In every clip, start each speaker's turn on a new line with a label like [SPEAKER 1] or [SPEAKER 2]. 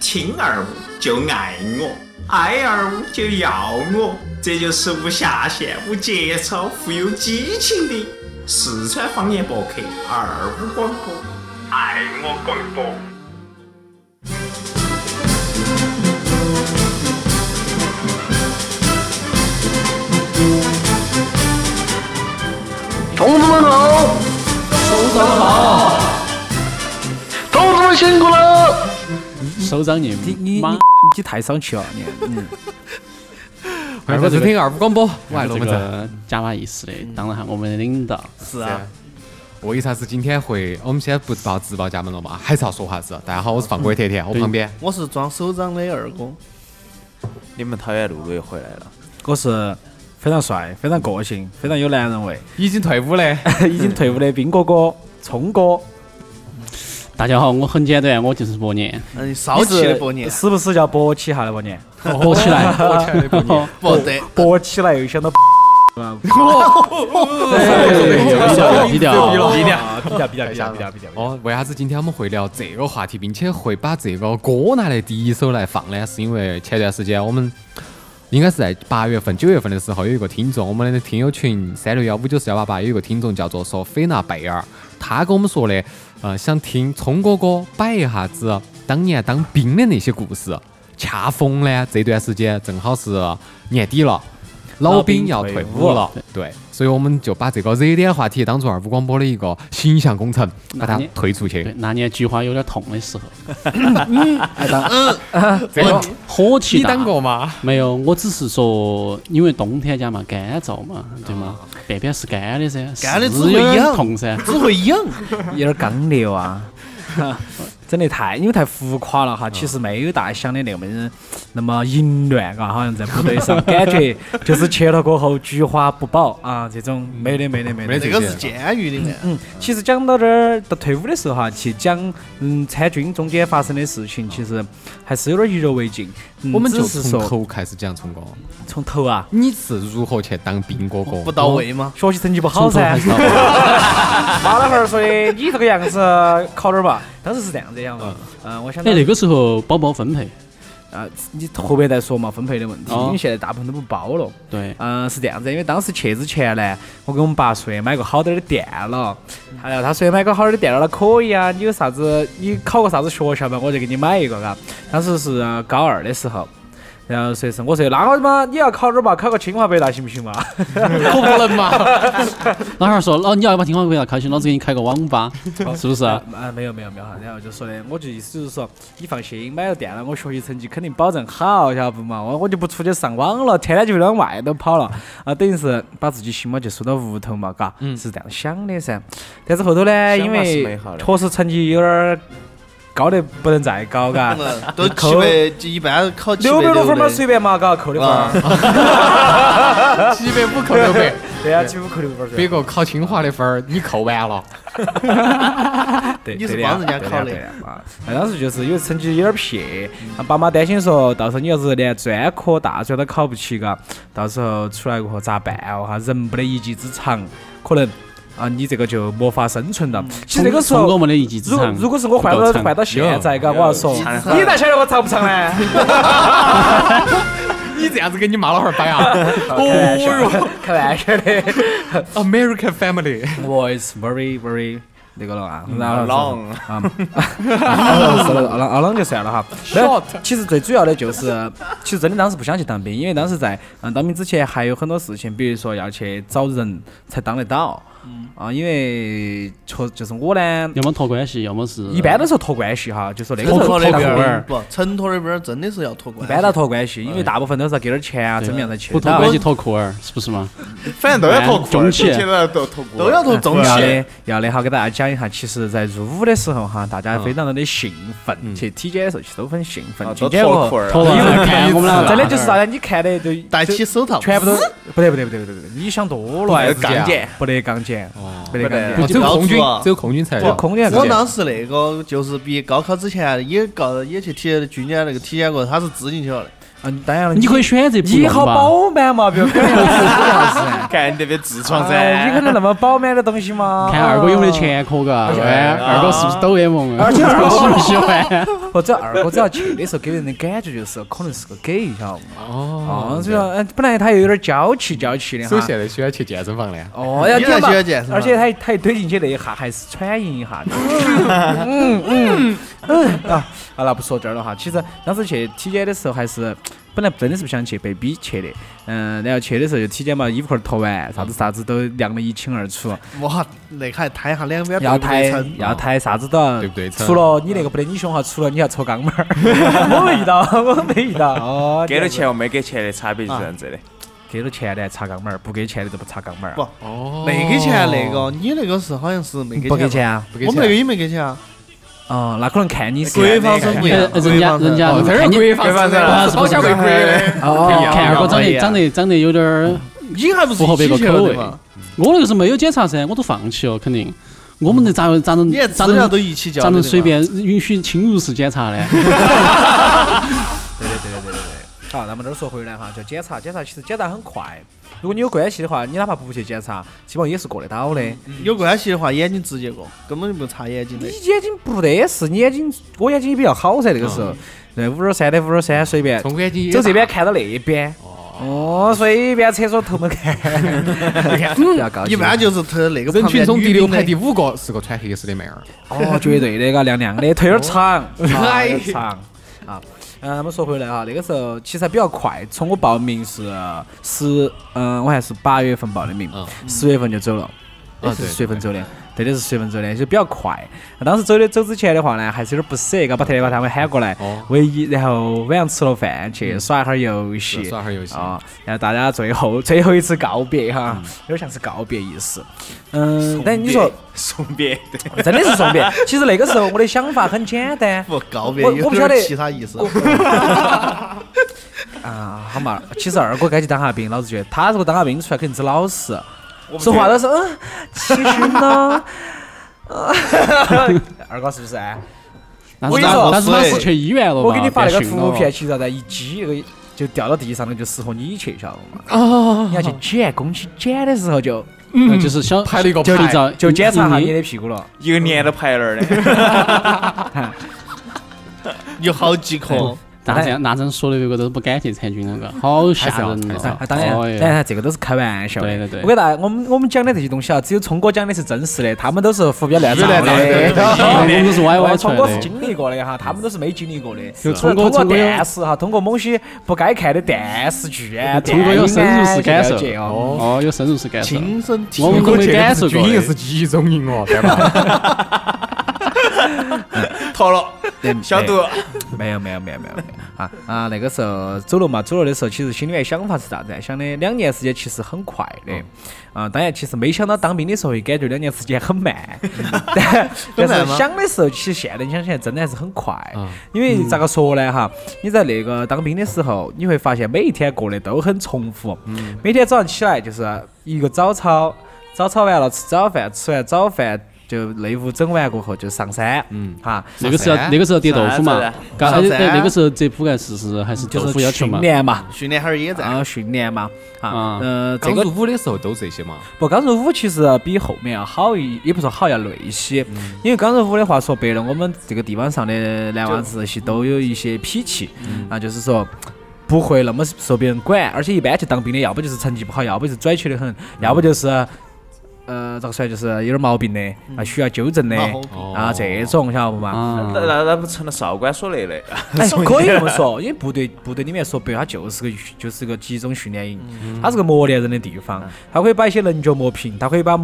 [SPEAKER 1] 听二五就爱我，爱二五就要我，这就是无下限、无节操、富有激情的四川方言博客二五广播，爱我广播。
[SPEAKER 2] 同志们好，首长好，同志们辛苦了。
[SPEAKER 3] 首长你
[SPEAKER 4] 你你
[SPEAKER 3] 妈
[SPEAKER 4] 你你太上去了你！ 嗯，
[SPEAKER 5] 欢迎收听二五广播，我爱
[SPEAKER 3] 还
[SPEAKER 5] 龙
[SPEAKER 3] 这
[SPEAKER 5] 门阵。
[SPEAKER 3] 个假巴意思的，当然哈，我们的领导
[SPEAKER 4] 是啊，
[SPEAKER 5] 为啥子今天会？我们先不报自报家门了嘛，还是要说啥子？大家好，我是放龟甜甜，我旁边
[SPEAKER 4] 我是装首长的二哥，
[SPEAKER 6] 你们讨厌露露又回来了，
[SPEAKER 4] 我是非常帅、非常个性、非常有男人 味，
[SPEAKER 5] 已经退伍了，
[SPEAKER 4] 已经退伍的兵哥哥、聪哥，
[SPEAKER 3] 大家好，我很简短，我就是伯年，
[SPEAKER 6] 嗯，
[SPEAKER 4] 你
[SPEAKER 6] 骚
[SPEAKER 4] 是是不是叫勃起哈的伯年？
[SPEAKER 3] 火起来，
[SPEAKER 5] 我去了你，
[SPEAKER 6] 不 得，
[SPEAKER 4] 勃起来又想到啊，
[SPEAKER 3] 低调低调，
[SPEAKER 4] 低调，低调，低调，
[SPEAKER 5] 太
[SPEAKER 4] 低调，
[SPEAKER 5] 吓人
[SPEAKER 4] 低
[SPEAKER 5] 了
[SPEAKER 4] 调，低调。
[SPEAKER 5] 哦，为啥子今天我们会聊这个话题，并且会把这个歌拿来第一首来放呢？是因为前段时间我们应该是在八月份、九月份的时候，有一个听众，我们的听友群三六幺五九四幺八八有一个听众叫做索菲娜贝尔，他跟我们说的，呃，想听聪哥哥摆一下子当年当兵的那些故事。 恰逢呢，这段时间正好是呃年底了。老兵要退伍了，对，所以我们就把这个热点话题当做二五广播的一个形象工程，把它
[SPEAKER 3] 那你
[SPEAKER 5] 推出去
[SPEAKER 3] 对。，那年菊花有点痛的时候，
[SPEAKER 5] 这
[SPEAKER 3] 哦
[SPEAKER 5] 个
[SPEAKER 3] 火气
[SPEAKER 5] 你
[SPEAKER 3] 大
[SPEAKER 5] 当。过吗？
[SPEAKER 3] 没有，我只是说，因为冬天家嘛，干燥嘛，对吗？便便是干的噻，
[SPEAKER 4] 干的
[SPEAKER 3] 是
[SPEAKER 4] 只会
[SPEAKER 3] 有点
[SPEAKER 4] 痒
[SPEAKER 3] 痛噻。
[SPEAKER 4] 只会痒，有点刚烈啊。 真的太，因为太浮夸了
[SPEAKER 6] 嗯
[SPEAKER 4] 哈，其实没有大家想的那么那么淫乱，嘎，好像在部 队上感觉就是去了过后菊花不保啊，这种没得没得没得
[SPEAKER 5] 没得。
[SPEAKER 6] 这个是监狱里面，
[SPEAKER 4] 其实讲到这儿，到退伍的时候哈，去讲嗯参军中间发生的事情，其实还是有点意犹未尽。嗯
[SPEAKER 5] 我们
[SPEAKER 4] 只
[SPEAKER 5] 就是从
[SPEAKER 4] 说
[SPEAKER 5] 头开始讲，聪哥，
[SPEAKER 4] 从头啊，
[SPEAKER 5] 你是如何去当兵哥哥？
[SPEAKER 6] 不到位吗？
[SPEAKER 4] 学习成绩不好噻。 妈老汉儿说的，你这个样子考点儿吧。当时是这样子想法，嗯，我想到
[SPEAKER 3] 哎，那个时候包包分配，
[SPEAKER 4] 啊，你后面再说嘛，分配的问题，
[SPEAKER 3] 哦
[SPEAKER 4] 因为现在大部分都不包了。
[SPEAKER 3] 对，
[SPEAKER 4] 嗯、是这样子，因为当时去之前呢，我给我们爸说哎买个好点儿的电脑，他然后他说买个好点儿的电脑了可以啊，你有啥子，你考过啥子学校嘛，我就给你买一个嘎。当时是呃高二的时候。然后说是，我说那我他妈你要考点儿吧，考个清华北大行不行嘛？
[SPEAKER 5] 可不能 嘛！
[SPEAKER 3] 老汉儿说，哦老你要把清华北大开心，老子给你开个网吧，是不是？
[SPEAKER 4] 啊，啊没有没有没有哈，然后就说的，我就意思就是说，你放心，买了电脑，我学习成绩肯定保证好，晓得不嘛？我我就不出去上网了，天天就往外头跑了，啊，等于是把自己心嘛就收到屋头嘛，嘎，是这样想的噻。但是后头呢，
[SPEAKER 6] 想
[SPEAKER 4] 因
[SPEAKER 6] 法是美
[SPEAKER 4] 为
[SPEAKER 6] 好的，
[SPEAKER 4] 确实成绩有点儿高得不能再高，嘎
[SPEAKER 6] 都七百，就一般考七
[SPEAKER 4] 六
[SPEAKER 6] 百
[SPEAKER 4] 百多分嘛
[SPEAKER 6] 的
[SPEAKER 4] 随便嘛，嘎，扣的分
[SPEAKER 6] 啊
[SPEAKER 4] 儿，
[SPEAKER 5] 七百五扣六百，
[SPEAKER 4] 对啊，几乎扣的分儿
[SPEAKER 5] 别
[SPEAKER 4] 噻。
[SPEAKER 5] 个考清华的分儿你扣完了，
[SPEAKER 4] 对，
[SPEAKER 6] 你是
[SPEAKER 4] 对的呀
[SPEAKER 6] 帮人家
[SPEAKER 4] 对
[SPEAKER 6] 考
[SPEAKER 4] 呀
[SPEAKER 6] 的
[SPEAKER 4] 对呀啊。那当时就是因为成绩有点撇，啊爸妈担心说，到时候你要是连专科、大专都考不起，嘎，到时候出来过后咋办哦？哈，人没得一技之长，可能啊，你这个就没法生存了。其实那个时
[SPEAKER 3] 嗯从我
[SPEAKER 4] 候。
[SPEAKER 3] 们的一技之
[SPEAKER 4] 如果
[SPEAKER 3] 长，
[SPEAKER 4] 如果是我换
[SPEAKER 3] 不够
[SPEAKER 4] 到
[SPEAKER 3] 长
[SPEAKER 4] 换到现在，嘎，我要说，你咋晓得我长不长呢？
[SPEAKER 5] 你这样子给你妈老汉儿摆啊！哦
[SPEAKER 4] 开玩笑的
[SPEAKER 5] 哟，American Family，
[SPEAKER 4] ，voice very very 那个了啊，然后
[SPEAKER 6] 浪，
[SPEAKER 4] 啊，是了，阿朗阿朗就算了哈。那其实最主要的就是，其实真的当时不想去当兵，因为当时在嗯当兵之前还有很多事情，比如说要去找人才当得到。啊，因为确就是我呢，
[SPEAKER 3] 要么托关系，要么是
[SPEAKER 4] 一般都是托关系哈，就说那个时
[SPEAKER 6] 城
[SPEAKER 4] 候
[SPEAKER 6] 托那
[SPEAKER 4] 托
[SPEAKER 6] 边
[SPEAKER 4] 关
[SPEAKER 6] 儿
[SPEAKER 4] 儿，
[SPEAKER 6] 不，城托那边儿真的是要托
[SPEAKER 4] 一
[SPEAKER 6] 关系，
[SPEAKER 4] 般都托关系，因为大部分都是要给点儿钱啊，怎么样才去
[SPEAKER 3] 不托
[SPEAKER 4] 得到。
[SPEAKER 3] 关系托裤儿，是不是嘛？哎
[SPEAKER 7] 反正都要脱裤
[SPEAKER 3] 中
[SPEAKER 7] 儿，
[SPEAKER 3] 气
[SPEAKER 7] 现在都脱裤儿
[SPEAKER 6] 都要投中
[SPEAKER 4] 要
[SPEAKER 6] 学，
[SPEAKER 4] 的，要的。好，给大家讲一下，其实，在入伍的时候哈，大家非常的兴奋，去体检的时候其实都很兴奋
[SPEAKER 7] 啊，
[SPEAKER 4] 体
[SPEAKER 7] 都
[SPEAKER 4] 检过
[SPEAKER 7] 脱
[SPEAKER 4] 后
[SPEAKER 7] 裤儿
[SPEAKER 3] 托
[SPEAKER 7] 啊。。
[SPEAKER 3] 完了看我们俩
[SPEAKER 4] 真的就是啥呢？你看的就
[SPEAKER 6] 戴起手套，
[SPEAKER 4] 全部都不对不对不对不对不对，你想多了，还是
[SPEAKER 5] 钢
[SPEAKER 4] 剪，不得钢剪，不得钢
[SPEAKER 6] 不
[SPEAKER 4] 剪，
[SPEAKER 5] 哦只有空军
[SPEAKER 6] 老子啊，
[SPEAKER 5] 只有空军才
[SPEAKER 4] 这
[SPEAKER 5] 有。
[SPEAKER 4] 空间
[SPEAKER 6] 我
[SPEAKER 4] 钢
[SPEAKER 6] 当时那个就是毕业高考之前也搞也去体军检那个体检过，他是自己去了的，
[SPEAKER 4] 嗯，当然了，
[SPEAKER 3] 你可以选择不
[SPEAKER 4] 你
[SPEAKER 3] 用
[SPEAKER 4] 好
[SPEAKER 3] 吧？
[SPEAKER 4] 饱满嘛，不要表现自己啥子噻
[SPEAKER 7] 看你特别痔疮
[SPEAKER 4] 哎
[SPEAKER 7] 噻，
[SPEAKER 4] 你可能那么饱满的东西吗？
[SPEAKER 3] 看二哥有没得前科，嘎，
[SPEAKER 4] 对
[SPEAKER 3] 啊哎二哥是不是抖 M 梦？
[SPEAKER 4] 而且二哥
[SPEAKER 3] 喜啊不哎喜欢？
[SPEAKER 4] 或者二哥只要去的时候给人的感觉就是可能是个 gay，晓得吗？哦，所以说，嗯，本来他又有点娇气娇气的
[SPEAKER 5] 所以
[SPEAKER 4] 哈。
[SPEAKER 5] 现在喜欢去健身房呢。
[SPEAKER 4] 哦，要
[SPEAKER 6] 你也
[SPEAKER 4] 点
[SPEAKER 6] 喜欢健身
[SPEAKER 4] 而
[SPEAKER 6] 吗
[SPEAKER 4] 且他他一推进去那一下还是喘赢一下的。嗯嗯嗯啊，好了，不说这儿了哈。其实当时去体检的时候还是。本来真的是不想去，被逼去的。嗯，然后去的时候就体检嘛，衣服裤儿脱完，啥子啥子都量得一清二楚。
[SPEAKER 6] 哇，那个还抬下两边对
[SPEAKER 4] 要
[SPEAKER 6] 不对
[SPEAKER 4] 抬
[SPEAKER 6] 称啊
[SPEAKER 4] 要抬啥子都要
[SPEAKER 5] 对不对称
[SPEAKER 4] 除了你那个不得你胸哈，除了你要抽肛门儿，我没遇到，我没遇到。哦，
[SPEAKER 7] 给了钱和没给钱的差别就是这样
[SPEAKER 4] 啊
[SPEAKER 7] 子的。
[SPEAKER 4] 给了钱的还擦肛门儿，不给钱的都不擦肛门儿。
[SPEAKER 6] 不
[SPEAKER 5] 哦
[SPEAKER 6] 没给钱那个，你那个是好像是没给
[SPEAKER 4] 不给
[SPEAKER 6] 钱
[SPEAKER 4] 钱啊？
[SPEAKER 5] 不
[SPEAKER 6] 吧，
[SPEAKER 5] 给
[SPEAKER 6] 我们那个
[SPEAKER 5] 钱。
[SPEAKER 6] 也没给钱啊。
[SPEAKER 4] 哦，那可能看你是
[SPEAKER 6] 规范生不一样，
[SPEAKER 3] 哎人家人家
[SPEAKER 5] 哦，这儿
[SPEAKER 3] 看你
[SPEAKER 5] 规范
[SPEAKER 7] 规范噻
[SPEAKER 5] 噻，好像会规范。
[SPEAKER 4] 哦，
[SPEAKER 3] 看二哥
[SPEAKER 7] 不
[SPEAKER 3] 长
[SPEAKER 7] 一
[SPEAKER 3] 得
[SPEAKER 7] 样
[SPEAKER 3] 长得长得有点儿，
[SPEAKER 6] 你还不是
[SPEAKER 3] 符合别
[SPEAKER 6] 一
[SPEAKER 3] 个
[SPEAKER 6] 起去
[SPEAKER 3] 口
[SPEAKER 6] 了
[SPEAKER 3] 味
[SPEAKER 6] 的嘛？
[SPEAKER 3] 我那个是没有检查噻，我都放弃了，肯定。我们这咋咋能
[SPEAKER 6] 你连
[SPEAKER 3] 咋
[SPEAKER 6] 资料
[SPEAKER 3] 能
[SPEAKER 6] 都一起交
[SPEAKER 3] 咋
[SPEAKER 6] 的
[SPEAKER 3] 能
[SPEAKER 6] 嘛
[SPEAKER 3] 随？便允许侵入式检查 呢？
[SPEAKER 4] 对对对对对对对。好，那么这儿说回来哈，就检查，检查其实检查很快。如果你有关系的话，你哪怕不去检查，基本上也是过得到的。
[SPEAKER 6] 有关系的话，眼睛直接过，根本就不查眼睛的
[SPEAKER 4] 你。眼睛不得事，你眼睛我眼睛也比较好噻，那个时候，对五点三的五点三随便，
[SPEAKER 5] 从眼睛
[SPEAKER 4] 走这边看到那边。哦，随便厕所头门看， 嗯要高
[SPEAKER 6] 一
[SPEAKER 4] 兴
[SPEAKER 6] 般就是投那个
[SPEAKER 5] 人
[SPEAKER 6] 旁
[SPEAKER 5] 群
[SPEAKER 6] 边
[SPEAKER 5] 中第
[SPEAKER 6] 女
[SPEAKER 5] 六
[SPEAKER 6] 兵
[SPEAKER 5] 排
[SPEAKER 6] 的
[SPEAKER 5] 第五个是个穿黑丝的妹儿，
[SPEAKER 4] 哦，绝对的，嘎，亮亮的，腿有点长，
[SPEAKER 5] 哦
[SPEAKER 4] 啊有点长啊。嗯，我们说回来哈，那个时候其实还比较快，从我报名是十，嗯，我还是八月份报的名
[SPEAKER 5] 嗯，啊
[SPEAKER 4] 十月份就走了，也是
[SPEAKER 5] 对
[SPEAKER 4] 十月份走的。对的是十月份走的，就比较快。当时走的走之前的话呢，还是有点不舍，嘎，把特别把他们喊过来
[SPEAKER 5] 哦，嗯
[SPEAKER 4] 唯一然后晚上吃了饭去耍一会儿游戏，
[SPEAKER 5] 耍会儿游戏。嗯
[SPEAKER 4] 啊、然后大家最后最后一次告别哈，有点像是告别意思。嗯，但你说
[SPEAKER 7] 送别，对，
[SPEAKER 4] 真的是送别。其实那个时候我的想法很简单
[SPEAKER 6] 不告别，
[SPEAKER 4] 我
[SPEAKER 6] 有
[SPEAKER 4] 我不晓
[SPEAKER 6] 点
[SPEAKER 4] 得
[SPEAKER 6] 其他意思。
[SPEAKER 4] 啊，好嘛。其实二哥该去当下兵，老子觉得他如果当下兵出来肯定是老实，
[SPEAKER 7] 我们
[SPEAKER 4] 说话
[SPEAKER 7] 这
[SPEAKER 4] 都是嗯，其实呢， 呃二哥是不是？
[SPEAKER 3] 但
[SPEAKER 4] 我
[SPEAKER 3] 是
[SPEAKER 4] 跟你说
[SPEAKER 3] 他但是他是去医院了
[SPEAKER 4] 我给你发那个
[SPEAKER 3] 被训
[SPEAKER 4] 图片，
[SPEAKER 3] 了
[SPEAKER 4] 其实在一击那个就掉到地上了，就适合你去，晓得吗？
[SPEAKER 5] 哦
[SPEAKER 4] 你要去捡，弓去捡的时候就
[SPEAKER 3] 嗯就是小
[SPEAKER 5] 拍了一个
[SPEAKER 3] 就
[SPEAKER 5] 牌
[SPEAKER 3] 那种
[SPEAKER 4] 就检查下
[SPEAKER 3] 你
[SPEAKER 4] 你的屁股了。
[SPEAKER 7] 一个年都排那儿 的，
[SPEAKER 6] 有好几颗，
[SPEAKER 3] 那这样那这样说的，别个都不敢去参军了，嘎，好吓人
[SPEAKER 4] 还是要
[SPEAKER 3] 哦
[SPEAKER 4] 还！当然，
[SPEAKER 3] 哎
[SPEAKER 4] 当
[SPEAKER 3] 呀
[SPEAKER 4] 然，这个都是开玩笑的。
[SPEAKER 3] 对对对嗯
[SPEAKER 4] 我给大家，我们我们讲的这些东西啊，只有聪哥讲的是真实的，他们都是胡编乱造
[SPEAKER 6] 胡编乱
[SPEAKER 4] 的。
[SPEAKER 3] 我们 都是歪歪出
[SPEAKER 4] 聪
[SPEAKER 3] 来
[SPEAKER 4] 哥是
[SPEAKER 3] 的。嗯
[SPEAKER 4] 经历过的哈，他们都是没经历过的。
[SPEAKER 3] 就
[SPEAKER 4] 只是
[SPEAKER 3] 聪哥
[SPEAKER 4] 通过
[SPEAKER 3] 聪哥有
[SPEAKER 4] 电视哈，通过某些不该看的电视 剧啊，
[SPEAKER 3] 聪哥有深入式感受
[SPEAKER 4] 电影啊去了解，哦。
[SPEAKER 3] 哦，有深入式感受。
[SPEAKER 6] 亲身体
[SPEAKER 3] 我们都
[SPEAKER 6] 会
[SPEAKER 3] 没感受过
[SPEAKER 5] 军营是
[SPEAKER 3] 的。
[SPEAKER 5] 集中营哦，对 吧？
[SPEAKER 7] 逃了，消毒，
[SPEAKER 4] 没有没有没有没有没有啊啊！那个时候走了嘛，走了的时候，其实心里面想法是啥子啊？想的两年时间其实很快的，啊，当然其实没想到当兵的时候会感觉两年时间 很慢，但但
[SPEAKER 6] 慢
[SPEAKER 4] 是
[SPEAKER 6] 吗
[SPEAKER 4] 想的时候，其实现在你想起来真的还是很快
[SPEAKER 3] 啊
[SPEAKER 5] 嗯，
[SPEAKER 4] 因为咋个说呢哈？你在那个当兵的时候，你会发现每一天过得都很重复，
[SPEAKER 3] 嗯
[SPEAKER 4] 每天早上起来就是一个早操，早操完了吃早饭，吃完早饭。就内务整完过后就上山，嗯，哈，
[SPEAKER 3] 那个时候
[SPEAKER 5] 上山
[SPEAKER 3] 那个时候叠豆腐嘛
[SPEAKER 4] 啊
[SPEAKER 7] 上山，
[SPEAKER 3] 嘎，
[SPEAKER 6] 上
[SPEAKER 3] 哎
[SPEAKER 6] 山
[SPEAKER 3] 哎那个时候折铺盖是是还是
[SPEAKER 4] 就
[SPEAKER 3] 豆
[SPEAKER 4] 是
[SPEAKER 3] 腐要求
[SPEAKER 4] 训
[SPEAKER 3] 嘛？
[SPEAKER 4] 练嘛，
[SPEAKER 6] 训练哈儿也
[SPEAKER 4] 然
[SPEAKER 6] 在。
[SPEAKER 4] 后训练嘛，啊
[SPEAKER 3] 啊，
[SPEAKER 4] 呃，这
[SPEAKER 5] 刚
[SPEAKER 4] 个
[SPEAKER 5] 入伍的时候都这些嘛，
[SPEAKER 4] 不刚入伍其实啊比后面要好一，也不说好要累一些，因为刚入伍的话说白了，我们这个地方上的男娃子些都有一些脾气啊，就是说。不会那么受别人管，而且一般去当兵的，要不就是成绩不好，要不就是拽起的很，要不就是，呃，咋个说呢，就是有点毛病的，啊，需要纠正的，
[SPEAKER 6] 然后
[SPEAKER 4] 啊，这种晓得不嘛？
[SPEAKER 3] 啊
[SPEAKER 7] 那，那那不成了少管所累的？
[SPEAKER 4] 哎，可以这么说，因为部队部队里面说白，了，它就是个就是个集中训练营，它是个磨练人的地
[SPEAKER 7] 嗯
[SPEAKER 4] 方，它可以把一些棱角磨平，它可以把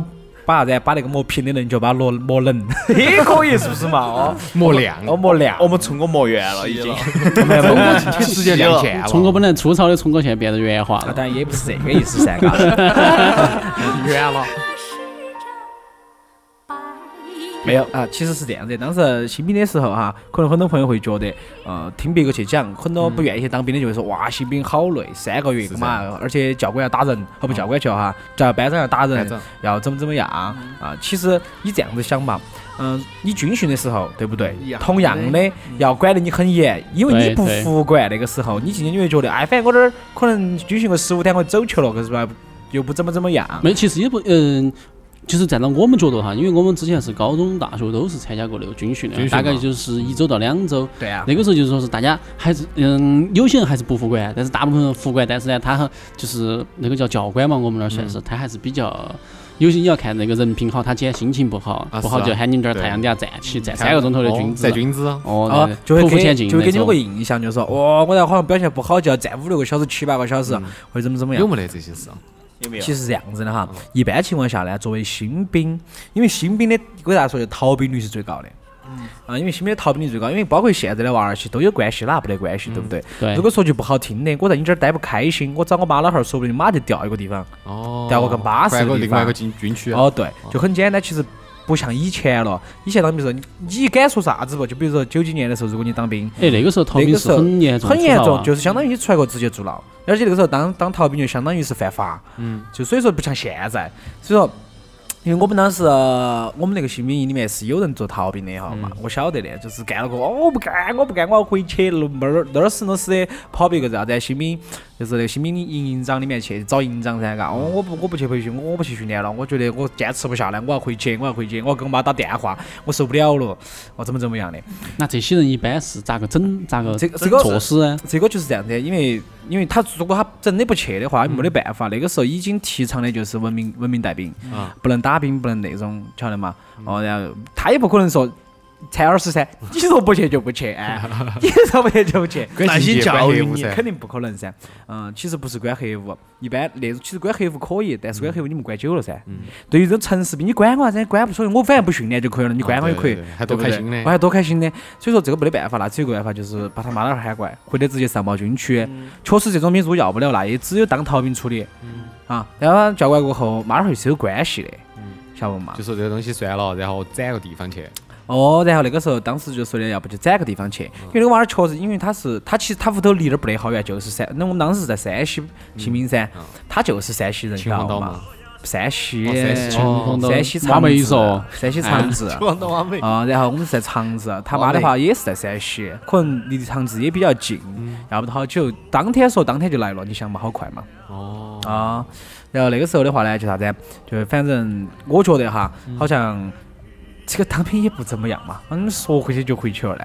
[SPEAKER 4] 把啥子啊，把那个磨平的棱角把它磨磨棱，
[SPEAKER 7] 嗯
[SPEAKER 4] 也哎可以，是不是嘛？哦，
[SPEAKER 5] 磨亮，
[SPEAKER 4] 哦，磨 亮，
[SPEAKER 7] 我们冲过磨圆了已经，
[SPEAKER 4] 没有没有没有
[SPEAKER 5] 进去直接亮剑了。
[SPEAKER 3] 聪哥本来粗糙的聪哥现在变得圆滑了。
[SPEAKER 4] 啊但也不是这个意思噻，嘎。
[SPEAKER 5] 远了，
[SPEAKER 4] 没有啊，其实是这样子的。当时新兵的时候哈、可能很多朋友会觉得，呃，听别个去讲，很多不愿意去当兵的就会说，哇，新兵好累，三个月嘛，而且教官要打人，哦不，
[SPEAKER 6] 哎
[SPEAKER 4] 教官去了哈，叫班长要打人
[SPEAKER 5] 班长，
[SPEAKER 4] 要怎么怎么样啊？其实你这样子想嘛，嗯，你军训的时候，对不对
[SPEAKER 6] 一？样
[SPEAKER 4] 同样的要管得你很严，因为你
[SPEAKER 3] 对
[SPEAKER 4] 不
[SPEAKER 3] 对
[SPEAKER 4] 服管那个时候，你进去你会觉得，哎，反正我这儿可能军训个十五天我走球了，可是吧，又不怎么怎么样。
[SPEAKER 3] 没，其实也不，嗯、就是站到我们角度哈，因为我们之前是高中、大学都是参加过那个军训
[SPEAKER 5] 军
[SPEAKER 3] 的，
[SPEAKER 5] 训
[SPEAKER 3] 大概
[SPEAKER 5] 嘛
[SPEAKER 3] 就是一周到两周。
[SPEAKER 4] 对啊，
[SPEAKER 3] 那个时候就是说是大家还是嗯，有些人还是不服管，但是大部分人服管，但是呢，他就是那个叫教官嘛，我们那儿算
[SPEAKER 4] 嗯
[SPEAKER 3] 是，他还是比较。有些你要看那个人品好，他今天心情不好，
[SPEAKER 5] 啊
[SPEAKER 3] 不好
[SPEAKER 5] 是啊
[SPEAKER 3] 就喊你们这儿
[SPEAKER 5] 对
[SPEAKER 3] 太阳底下站起，站三个钟头的军姿
[SPEAKER 5] 在，军啊姿，
[SPEAKER 3] 哦
[SPEAKER 4] 哦，，就
[SPEAKER 3] 对
[SPEAKER 4] 会
[SPEAKER 3] 匍匐
[SPEAKER 4] 给
[SPEAKER 3] 前进
[SPEAKER 4] 就会给
[SPEAKER 3] 那
[SPEAKER 4] 你们个
[SPEAKER 3] 种。
[SPEAKER 4] 印象，就是说，哇，我这好像表现不好，就要站五六个小时、七八个小时，或者怎么怎么样
[SPEAKER 5] 有。没得这些事？啊
[SPEAKER 7] 有没有？
[SPEAKER 4] 其实是这样子的哈，一般情况下呢，作为新兵，因为新兵的给大家说，就逃兵率是最高的。啊，因为新兵的逃兵率最高，因为包括现在的娃儿其实都有关系，哪不得关系，对不对？
[SPEAKER 3] 对
[SPEAKER 4] 如果说句不好听的，我在你这儿待不开心，我找我妈老汉儿，说不定马上就调一个地方。
[SPEAKER 5] 哦，
[SPEAKER 4] 调个更巴适的
[SPEAKER 5] 换个
[SPEAKER 4] 地
[SPEAKER 5] 另外一
[SPEAKER 4] 方
[SPEAKER 5] 个军军区。啊
[SPEAKER 4] 哦，对，就很简单，其实不像以前了。以前当兵的时候，你你敢说啥子不？就比如说九几年的时候，如果你当兵，
[SPEAKER 3] 哎，那个时候逃
[SPEAKER 4] 那
[SPEAKER 3] 兵
[SPEAKER 4] 个
[SPEAKER 3] 是
[SPEAKER 4] 时候
[SPEAKER 3] 很严重的
[SPEAKER 4] 很
[SPEAKER 3] 处
[SPEAKER 4] 严
[SPEAKER 3] 罚
[SPEAKER 4] 重
[SPEAKER 3] 啊，
[SPEAKER 4] 就是相当于你出来过直接坐牢，而且那个时候当当逃兵就相当于是犯法，嗯，就所以说不像现在，所以说。因为我们当时，呃我们那个新兵营里面是有人做逃兵的
[SPEAKER 3] 嗯
[SPEAKER 4] 哈嘛，我晓得的，就是干了个，哦，我不干，我不干，我要回去，那儿那儿死那死的，跑别个啥子啊新兵，就是那个新兵营营长里面去找营长噻，嘎，哦，我不我不去培训，我我不去训练了，我觉得我坚持不下来，我要回去，我要回去，我要给我妈打电话，我受不了了，我怎么怎么样的，
[SPEAKER 3] 那这些人一般是咋个整？咋个
[SPEAKER 4] 这个这个
[SPEAKER 3] 措施呢？
[SPEAKER 4] 这个就是这样子，因为因为他如果他真的不去的话，没得办法。那个时候已经提倡的就是文明文明带兵，
[SPEAKER 5] 啊
[SPEAKER 4] 不能打兵，不能那种，晓得吗？哦，然后他也不可能说才二十噻，你说不去就不去，哎，你说不去就不去。
[SPEAKER 5] 跟
[SPEAKER 6] 耐
[SPEAKER 5] 境
[SPEAKER 6] 心
[SPEAKER 5] 界
[SPEAKER 6] 教
[SPEAKER 5] 关
[SPEAKER 6] 育
[SPEAKER 5] 黑屋
[SPEAKER 6] 你
[SPEAKER 5] 噻
[SPEAKER 4] 肯定不可能噻，嗯，其实不是关黑屋，一般那种其实关黑屋可以，但是关黑屋你们关久了噻。对于这种城市兵，你管我啥子？管不所以，我反正不训练就可以了，你管我也可以
[SPEAKER 5] 啊对对对，还多
[SPEAKER 4] 对不对
[SPEAKER 5] 开心呢
[SPEAKER 4] 我还多开心呢。所以说这个没得办法，那只有一个办法就是把他妈老汉儿喊过来，或者直接上报军区。
[SPEAKER 5] 嗯
[SPEAKER 4] 确实这种兵如果要不了，那也只有当逃兵处理。啊，然后叫过来过后，妈老汉儿是有关系的，晓得不嘛
[SPEAKER 5] 嗯就？说这个东西算了，然后攒个地方去。
[SPEAKER 4] 哦，然后那个时候当时就说的，要不就找个地方去，
[SPEAKER 5] 嗯
[SPEAKER 4] 因为那个娃儿确实，因为他是他其实他屋头离那儿不得好远，就是山，那我们当时是在山西
[SPEAKER 5] 嗯
[SPEAKER 4] 新民噻，他就是山西人，
[SPEAKER 5] 秦皇岛
[SPEAKER 4] 嘛
[SPEAKER 5] 嘛，
[SPEAKER 4] 山西
[SPEAKER 5] 哦山西秦
[SPEAKER 3] 皇岛
[SPEAKER 4] 山西
[SPEAKER 3] 挖
[SPEAKER 4] 长啊哎
[SPEAKER 3] 煤
[SPEAKER 4] 治
[SPEAKER 3] 嗦，
[SPEAKER 4] 山西长 治。
[SPEAKER 6] 广东话没
[SPEAKER 4] 啊，然后我们是在长治，他妈的话也是在山西，可能离长治也比较近，要不好久，当天说当天就来了，你想嘛，好快嘛。
[SPEAKER 5] 哦，
[SPEAKER 4] 啊，然后那个时候的话呢，就啥子，就反正我觉得哈，好像这个当兵也不怎么样嘛，嗯，说回去就回去了嘞。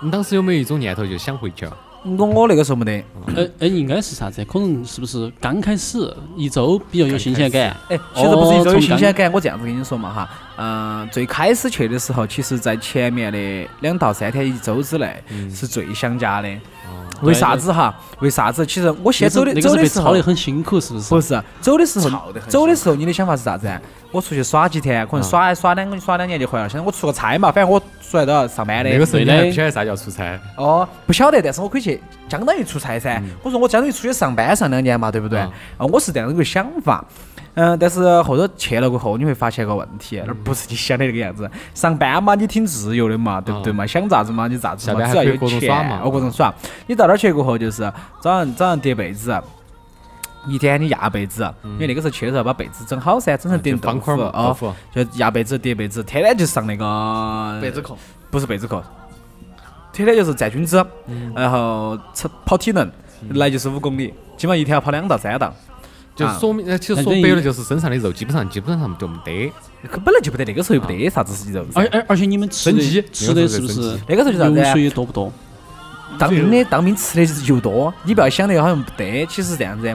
[SPEAKER 5] 你当时有没有一种念头就想回去啊？
[SPEAKER 4] 我我那个时候没得，
[SPEAKER 3] 哎哎，应该是啥子？可能是不是刚开始一周比较有新鲜感？
[SPEAKER 4] 哎，其实不是一种
[SPEAKER 3] 哦
[SPEAKER 4] 有新鲜感，我这样子跟你说嘛哈，嗯、最开始去的时候，其实在前面的两到三天、一周之内是最想家的。为啥子哈？为啥子？其实我哎先走的
[SPEAKER 3] 那个
[SPEAKER 4] 走
[SPEAKER 3] 是
[SPEAKER 4] 的
[SPEAKER 3] 被
[SPEAKER 4] 时
[SPEAKER 3] 操
[SPEAKER 4] 候
[SPEAKER 3] 得，很辛苦，是不是？
[SPEAKER 4] 不是走的时候
[SPEAKER 7] 吵得，很
[SPEAKER 4] 走的时候你的想法是啥子啊？我出去耍几天，可能耍耍两个耍两年就回来了。现在我出个差嘛，反正我出来都要上班的。
[SPEAKER 5] 那个时候
[SPEAKER 3] 对
[SPEAKER 5] 你
[SPEAKER 3] 的
[SPEAKER 5] 还不晓得啥叫出差，
[SPEAKER 4] 哦，不晓得，但是我可以去，相当于出差噻。我说我相当于出去上班上两年嘛，对不对？
[SPEAKER 5] 嗯
[SPEAKER 4] 啊，我是这样一个想法。嗯，但是后头去了过后，你会发现个问
[SPEAKER 5] 嗯
[SPEAKER 4] 题，那儿不是你想的那个样子。上班嘛，你挺自由的嘛，对不对嘛？想咋子嘛，你咋子
[SPEAKER 5] 啊下
[SPEAKER 4] 嘛，
[SPEAKER 5] 班
[SPEAKER 4] 只
[SPEAKER 5] 还
[SPEAKER 4] 要
[SPEAKER 5] 可以
[SPEAKER 4] 有
[SPEAKER 5] 各种耍
[SPEAKER 4] 钱
[SPEAKER 5] 嘛，
[SPEAKER 4] 我各种耍。你到那儿去过后，就是早上早上叠被子。一天你压被子，因为那个时候去的时候把被子整好噻，整成
[SPEAKER 5] 嗯就
[SPEAKER 4] 叠
[SPEAKER 5] 方块儿嘛，
[SPEAKER 4] 哦
[SPEAKER 5] 豆，腐。
[SPEAKER 4] 就压被子叠被子，天天就上那个
[SPEAKER 6] 被子控，
[SPEAKER 4] 不是被子课，天天就是站军姿，然后测跑体能，来就是五公里，基本上一天要跑两到三档。
[SPEAKER 5] 就
[SPEAKER 4] 啊
[SPEAKER 5] 说明，呃其实
[SPEAKER 3] 那
[SPEAKER 5] 说
[SPEAKER 3] 等于
[SPEAKER 5] 白了就是身上的肉基本上基本上就没得，
[SPEAKER 4] 可本来就不得，那个时候又不得啥子肉。
[SPEAKER 3] 而而而且你们吃
[SPEAKER 5] 生鸡
[SPEAKER 3] 的吃的是不
[SPEAKER 5] 那个
[SPEAKER 3] 是
[SPEAKER 4] 那个时候
[SPEAKER 5] 时候在生鸡
[SPEAKER 4] 就啥子
[SPEAKER 3] 油
[SPEAKER 4] 啊
[SPEAKER 3] 水也多不多？
[SPEAKER 4] 当兵的当兵吃的就是油多，你不要想那个好像不得，其实是这样子，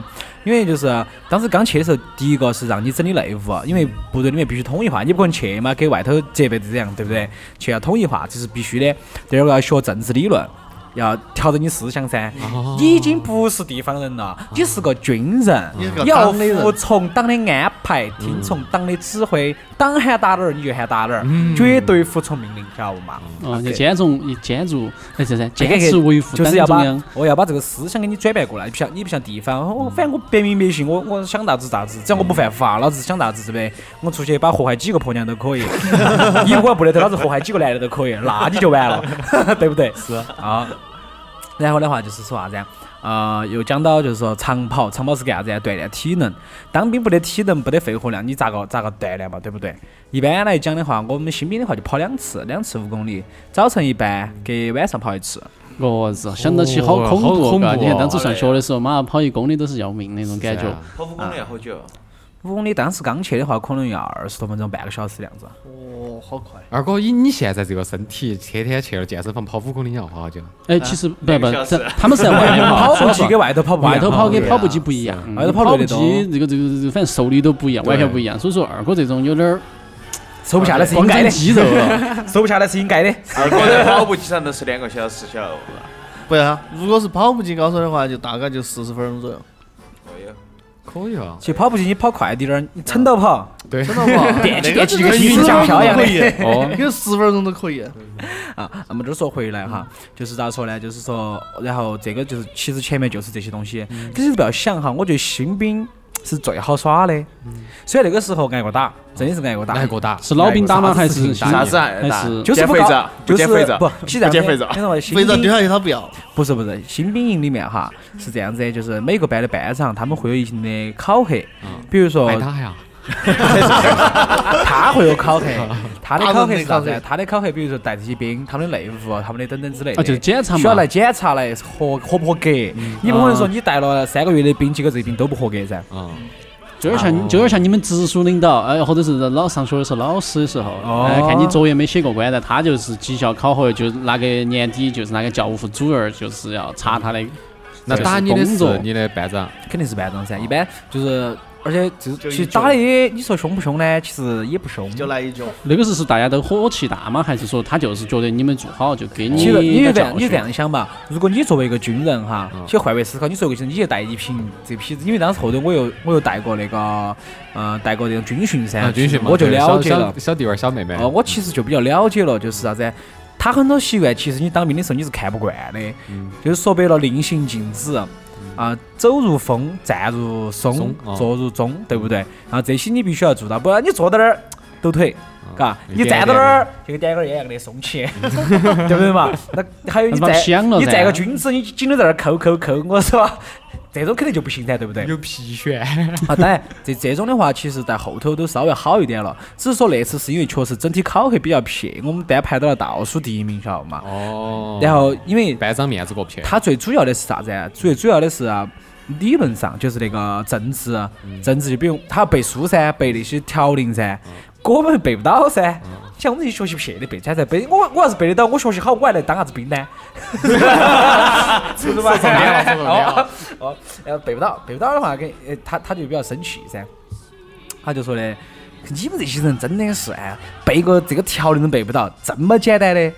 [SPEAKER 4] 因为就是当时刚去的时候，第一个是让你整理内务，啊因为部队里面必须统一化，你不可能去嘛给外头责备这样，对不对？去要统一化，这是必须的。第二个要学政治理论。要调整你思想噻，你已经不是地方人了，你是个军人，
[SPEAKER 6] 哦你是个
[SPEAKER 4] 你要
[SPEAKER 6] 党的人
[SPEAKER 4] 服从党的安排，听从党的指挥，党喊打哪儿你就喊打哪儿，绝对服从命令，晓得不嘛？
[SPEAKER 3] 啊，要兼容一兼容，哎，这噻，
[SPEAKER 4] 这个
[SPEAKER 3] 坚持维护
[SPEAKER 4] 哎就
[SPEAKER 3] 党
[SPEAKER 4] 是要
[SPEAKER 3] 中
[SPEAKER 4] 把
[SPEAKER 3] 央。
[SPEAKER 4] 我要把这个思想给你转变过来，你不像你不像地方，我反正我白明白姓，我我想啥子啥子，只要我不犯法，老子想啥子是呗，我出去把祸害几个婆娘都可以， 你如果不得头，老子祸害几个男的都可以，那你就完了，对不对？是啊，然后的话就是说啥子啊？呃，又讲到就是说长跑，长跑是干啥子啊？锻炼体能。当兵不得体能，不得肺活量，你咋个咋个锻炼嘛？对不对？一般来讲的话，我们新兵的话就跑两次，两次五公里，早晨一班跟晚上跑一次。
[SPEAKER 3] 我日，啊想到起好
[SPEAKER 5] 哦
[SPEAKER 3] 恐
[SPEAKER 5] 好
[SPEAKER 3] 怖
[SPEAKER 5] 恐
[SPEAKER 3] 嘎！
[SPEAKER 5] 怖
[SPEAKER 3] 你看
[SPEAKER 5] 啊
[SPEAKER 3] 当初上学的时候，妈跑一公里都是要命那种感觉
[SPEAKER 5] 是。啊
[SPEAKER 7] 跑五公里要好久？
[SPEAKER 4] 五公里当时刚去的话，可能要二十多分钟，半个小时的样子。
[SPEAKER 6] 哦，好快，
[SPEAKER 5] 二哥，以你现在这个身体，天天去了健身房跑五公里，你要跑好久？
[SPEAKER 3] 哎，其实不
[SPEAKER 7] 两
[SPEAKER 3] 不
[SPEAKER 7] 个小，时
[SPEAKER 3] 这他们是在外面跑，
[SPEAKER 4] 啊 跑步机跟外头跑不一
[SPEAKER 3] 哎外
[SPEAKER 4] 样哦
[SPEAKER 3] 头
[SPEAKER 4] 哈
[SPEAKER 3] 跑跟
[SPEAKER 5] 对啊
[SPEAKER 3] 跑步机不一样，嗯
[SPEAKER 4] 外头跑
[SPEAKER 3] 跑
[SPEAKER 4] 得
[SPEAKER 3] 步
[SPEAKER 4] 累
[SPEAKER 3] 机
[SPEAKER 4] 得多
[SPEAKER 3] 这个这个这个反正受力都不一样，完全不一样。所以说二哥这种有点儿
[SPEAKER 4] 瘦不 下来是应
[SPEAKER 3] 光
[SPEAKER 4] 该
[SPEAKER 3] 长
[SPEAKER 4] 的，
[SPEAKER 3] 肌肉了。
[SPEAKER 4] 瘦不下来是应该的。
[SPEAKER 7] 二哥在跑步机上都是两个小时，晓得 不？
[SPEAKER 6] 不要、啊。如果是跑步机高手的话，就大概就四十分钟左右，
[SPEAKER 7] 我有。
[SPEAKER 5] 可以啊，
[SPEAKER 4] 去跑步机你跑快点儿，你撑到跑。
[SPEAKER 5] 对，
[SPEAKER 6] 真的 吗？
[SPEAKER 4] 踮起
[SPEAKER 6] 那个
[SPEAKER 4] 踮起跟
[SPEAKER 6] 10
[SPEAKER 4] 云
[SPEAKER 6] 哎分钟
[SPEAKER 4] 浆飘一
[SPEAKER 6] 都
[SPEAKER 4] 样
[SPEAKER 6] 可
[SPEAKER 4] 的
[SPEAKER 6] 以，
[SPEAKER 5] 哦
[SPEAKER 6] 那个十分钟都可以。
[SPEAKER 4] 啊，那么这儿说回来哈，就是咋说呢？就是说，然后这个就是其实前面就是这些东西，可是不要想哈，我觉得新兵是最好耍的。虽然那个时候挨过打，真的是挨过打，
[SPEAKER 5] 哪个打？
[SPEAKER 3] 是老兵打吗？还是
[SPEAKER 5] 啥啊
[SPEAKER 7] 啥
[SPEAKER 5] 打
[SPEAKER 7] 子爱
[SPEAKER 3] 还
[SPEAKER 7] 打？
[SPEAKER 3] 是
[SPEAKER 4] 啊哎就是
[SPEAKER 7] 减
[SPEAKER 4] 不
[SPEAKER 7] 肥
[SPEAKER 4] 搞
[SPEAKER 7] 者，
[SPEAKER 4] 就
[SPEAKER 7] 减
[SPEAKER 4] 是
[SPEAKER 7] 肥者，
[SPEAKER 4] 啊不，其实这样子啊
[SPEAKER 7] 减肥者
[SPEAKER 4] 你说新
[SPEAKER 6] 肥皂丢
[SPEAKER 4] 兵
[SPEAKER 6] 下去他不要，
[SPEAKER 4] 不是不是，新兵营里面哈是这样子的，就是每个班的班长他们会有一定的考核，比如说
[SPEAKER 5] 挨打呀？
[SPEAKER 4] 他会有考核，他的考核
[SPEAKER 6] 大人的
[SPEAKER 4] 是啥
[SPEAKER 6] 考
[SPEAKER 4] 子
[SPEAKER 6] 核？
[SPEAKER 4] 他的考核比如说带这些兵，他们的内务，他们的等等之类 的。
[SPEAKER 3] 啊，就是检查
[SPEAKER 4] 需要
[SPEAKER 3] 嘛
[SPEAKER 4] 来。检查来合合不合格。你不可能说你带了三个月的兵，结果这个兵都不合格噻。
[SPEAKER 5] 嗯，
[SPEAKER 3] 就有点像，就有点像你们直属领导，哎，或者是老上学的时候，老师的时候，哎，看你作业没写过关，但他就是绩效考核，就是拿给年底，就是拿给教务处主任，就是要查他的。
[SPEAKER 5] 那
[SPEAKER 3] 就是
[SPEAKER 5] 打你的
[SPEAKER 3] 工作
[SPEAKER 5] 是你的班长，
[SPEAKER 4] 肯定是班长噻，一般就是，而且就是
[SPEAKER 6] 就
[SPEAKER 4] 其
[SPEAKER 6] 一
[SPEAKER 4] 实
[SPEAKER 6] 种
[SPEAKER 4] 打的，你说凶不凶呢？其实也不凶。
[SPEAKER 6] 就来一脚。
[SPEAKER 3] 那个是是大家都火气大吗？还是说他就是觉得你没做好就给你
[SPEAKER 4] 其实你
[SPEAKER 3] 一
[SPEAKER 4] 就
[SPEAKER 3] 个
[SPEAKER 4] 这
[SPEAKER 3] 教
[SPEAKER 4] 样，你就
[SPEAKER 3] 训哦
[SPEAKER 4] 这？样想吧。如果你作为一个军人哈，
[SPEAKER 5] 嗯
[SPEAKER 4] 其实换位思考，你作为一个军人，你就带一瓶这批，因为当时后头我又我又带过那个，呃，带过那种军训噻
[SPEAKER 5] 啊，，军训嘛，
[SPEAKER 4] 我就
[SPEAKER 5] 对
[SPEAKER 4] 了解
[SPEAKER 5] 小
[SPEAKER 4] 了
[SPEAKER 5] 小。小弟儿、小妹妹。
[SPEAKER 4] 哦，我其实就比较了解了，就是啥子？他很多习惯，其实你当兵的时候你是看不惯的，
[SPEAKER 5] 嗯
[SPEAKER 4] 就是说白了，令行禁止。啊，走如风，站如松
[SPEAKER 5] 松，
[SPEAKER 3] 哦
[SPEAKER 5] 啊
[SPEAKER 4] 坐如钟，对不对？啊，这些你必须要做到，不然你坐到那儿抖腿，
[SPEAKER 3] 哦
[SPEAKER 4] 嘎，
[SPEAKER 5] 嗯
[SPEAKER 4] 你站到那儿就跟点根烟一样的松起， 对不对嘛？那还有你
[SPEAKER 3] 嗯那把
[SPEAKER 4] 站
[SPEAKER 3] 香了
[SPEAKER 4] 你
[SPEAKER 3] 噻
[SPEAKER 4] 站个军姿，你紧都在那儿扣扣扣，我说这种肯定就不行噻，对不对？
[SPEAKER 5] 有皮选，
[SPEAKER 4] 啊，当然，这这种的话，其实在后头都稍微好一点了。只是说那次是因为确实整体考核比较撇，我们班排到了倒数第一名，晓得嘛？
[SPEAKER 5] 哦，
[SPEAKER 4] 然后因为
[SPEAKER 5] 班长面子过不去，
[SPEAKER 4] 它最主要的是啥子啊？最主要的是、啊、理论上就是那个政治，啊政治就比如他要背书噻，背那些条令噻，我们背不到噻。像我们这些学习撇的背噻，才背我我要是背得到，我学习好，我还来当啥子兵呢？是不是嘛？ 哦哦，然后背不到，背不到的话，跟呃他他就比较生气噻，他就说的。你们这些人真的是哎，背个这个条令都背不到，这么简单的。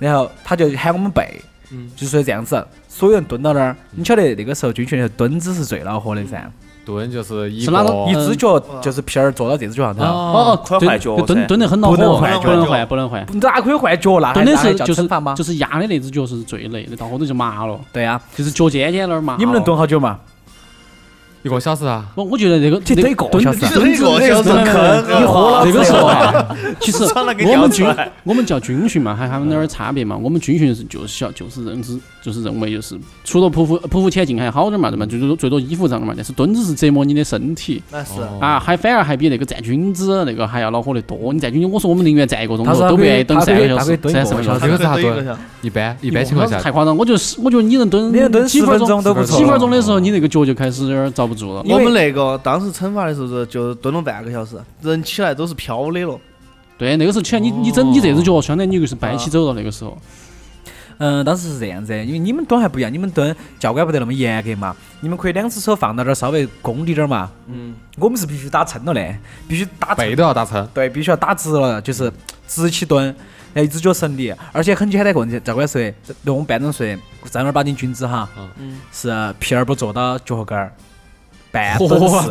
[SPEAKER 4] 然后他就喊我们背，
[SPEAKER 3] 嗯
[SPEAKER 4] 就说这样子，所有人蹲到那儿。你晓得那个时候军训的时候蹲姿是最恼火的
[SPEAKER 3] 嗯
[SPEAKER 4] 噻，
[SPEAKER 5] 蹲就是一
[SPEAKER 3] 是哪
[SPEAKER 5] 个
[SPEAKER 3] 种
[SPEAKER 4] 一
[SPEAKER 3] 嗯
[SPEAKER 4] 只脚就是屁儿坐到这只脚上头，
[SPEAKER 5] 哦
[SPEAKER 3] 哦
[SPEAKER 7] 快
[SPEAKER 3] 哦，对
[SPEAKER 7] 换脚
[SPEAKER 3] 就蹲
[SPEAKER 7] 噻
[SPEAKER 3] 蹲得很恼火，
[SPEAKER 4] 不能换
[SPEAKER 3] 不能换，不能换。
[SPEAKER 4] 哪可以换脚？那还
[SPEAKER 3] 蹲的
[SPEAKER 4] 哎那还
[SPEAKER 3] 是
[SPEAKER 4] 叫
[SPEAKER 3] 就是
[SPEAKER 4] 惩罚吗？
[SPEAKER 3] 就是压的那只脚是最累的，到后头就麻了，
[SPEAKER 4] 对啊，
[SPEAKER 3] 就是脚尖尖那儿麻。
[SPEAKER 4] 你们能蹲？好久嘛？
[SPEAKER 5] 一个小时啊，
[SPEAKER 3] 我我觉得那个
[SPEAKER 4] 这
[SPEAKER 3] 那
[SPEAKER 4] 蹲一个
[SPEAKER 3] 蹲
[SPEAKER 4] 小时啊
[SPEAKER 3] 蹲姿
[SPEAKER 6] 蹲一个小时
[SPEAKER 3] 那个
[SPEAKER 6] 坑啊你活老
[SPEAKER 3] 那个
[SPEAKER 6] 子
[SPEAKER 3] 时候
[SPEAKER 6] 了
[SPEAKER 3] 啊， 其实
[SPEAKER 7] 穿了个
[SPEAKER 3] 我
[SPEAKER 7] 尿
[SPEAKER 3] 们
[SPEAKER 7] 出
[SPEAKER 3] 军
[SPEAKER 7] 来。
[SPEAKER 3] 我们叫军训嘛，还还有点儿差别嘛。我们军训是就是晓就是认知就是认为就是除了匍匐匍匐前进还好点儿嘛，对嘛？最多最多衣服脏了嘛，但是蹲姿是折磨你的身体。
[SPEAKER 6] 那是
[SPEAKER 5] 哦
[SPEAKER 3] 啊，还反而还比那个站军姿那个还要恼火得多。你站军姿，我说我们宁愿站一个钟
[SPEAKER 4] 他
[SPEAKER 3] 头，
[SPEAKER 4] 说
[SPEAKER 3] 都不愿意等
[SPEAKER 4] 他可
[SPEAKER 3] 三
[SPEAKER 4] 以
[SPEAKER 3] 个小
[SPEAKER 4] 他可
[SPEAKER 3] 时、
[SPEAKER 4] 以蹲一
[SPEAKER 3] 三
[SPEAKER 4] 个
[SPEAKER 3] 十个小
[SPEAKER 4] 小
[SPEAKER 5] 小时
[SPEAKER 3] 时。
[SPEAKER 5] 这个是啥
[SPEAKER 6] 对一个
[SPEAKER 5] 蹲？
[SPEAKER 6] 小时
[SPEAKER 5] 一般一般情况下
[SPEAKER 3] 太夸张，我就是我觉得你能蹲，
[SPEAKER 4] 你能蹲
[SPEAKER 3] 几
[SPEAKER 4] 十分
[SPEAKER 3] 钟
[SPEAKER 4] 钟都不
[SPEAKER 5] 错
[SPEAKER 3] 几
[SPEAKER 5] 了
[SPEAKER 3] 嗯分钟的时候，你那个脚就开始有点儿遭不住了。
[SPEAKER 4] 因
[SPEAKER 6] 我
[SPEAKER 4] 为
[SPEAKER 6] 们那个当时惩罚的时候就蹲了半个小时，人起来都是飘的了。
[SPEAKER 3] 对，那个时候起来，你你整你这只脚，相当于你就是掰起走了。那个时候，
[SPEAKER 4] 嗯，当时是这样子，因为你们蹲还不一样，你们蹲教官不得那么严格嘛，你们可以两只手放到那儿稍微弓低点儿嘛。嗯，我们是必须打撑了的，必须打撑
[SPEAKER 5] 背都要打撑，
[SPEAKER 4] 对，必须要打直了，就是直起蹲，哎然后一只脚省力，而且很简单一个问题，教官说的，对我们班长说的，正儿八经军姿哈，是屁儿不坐到脚后跟儿，半蹲式，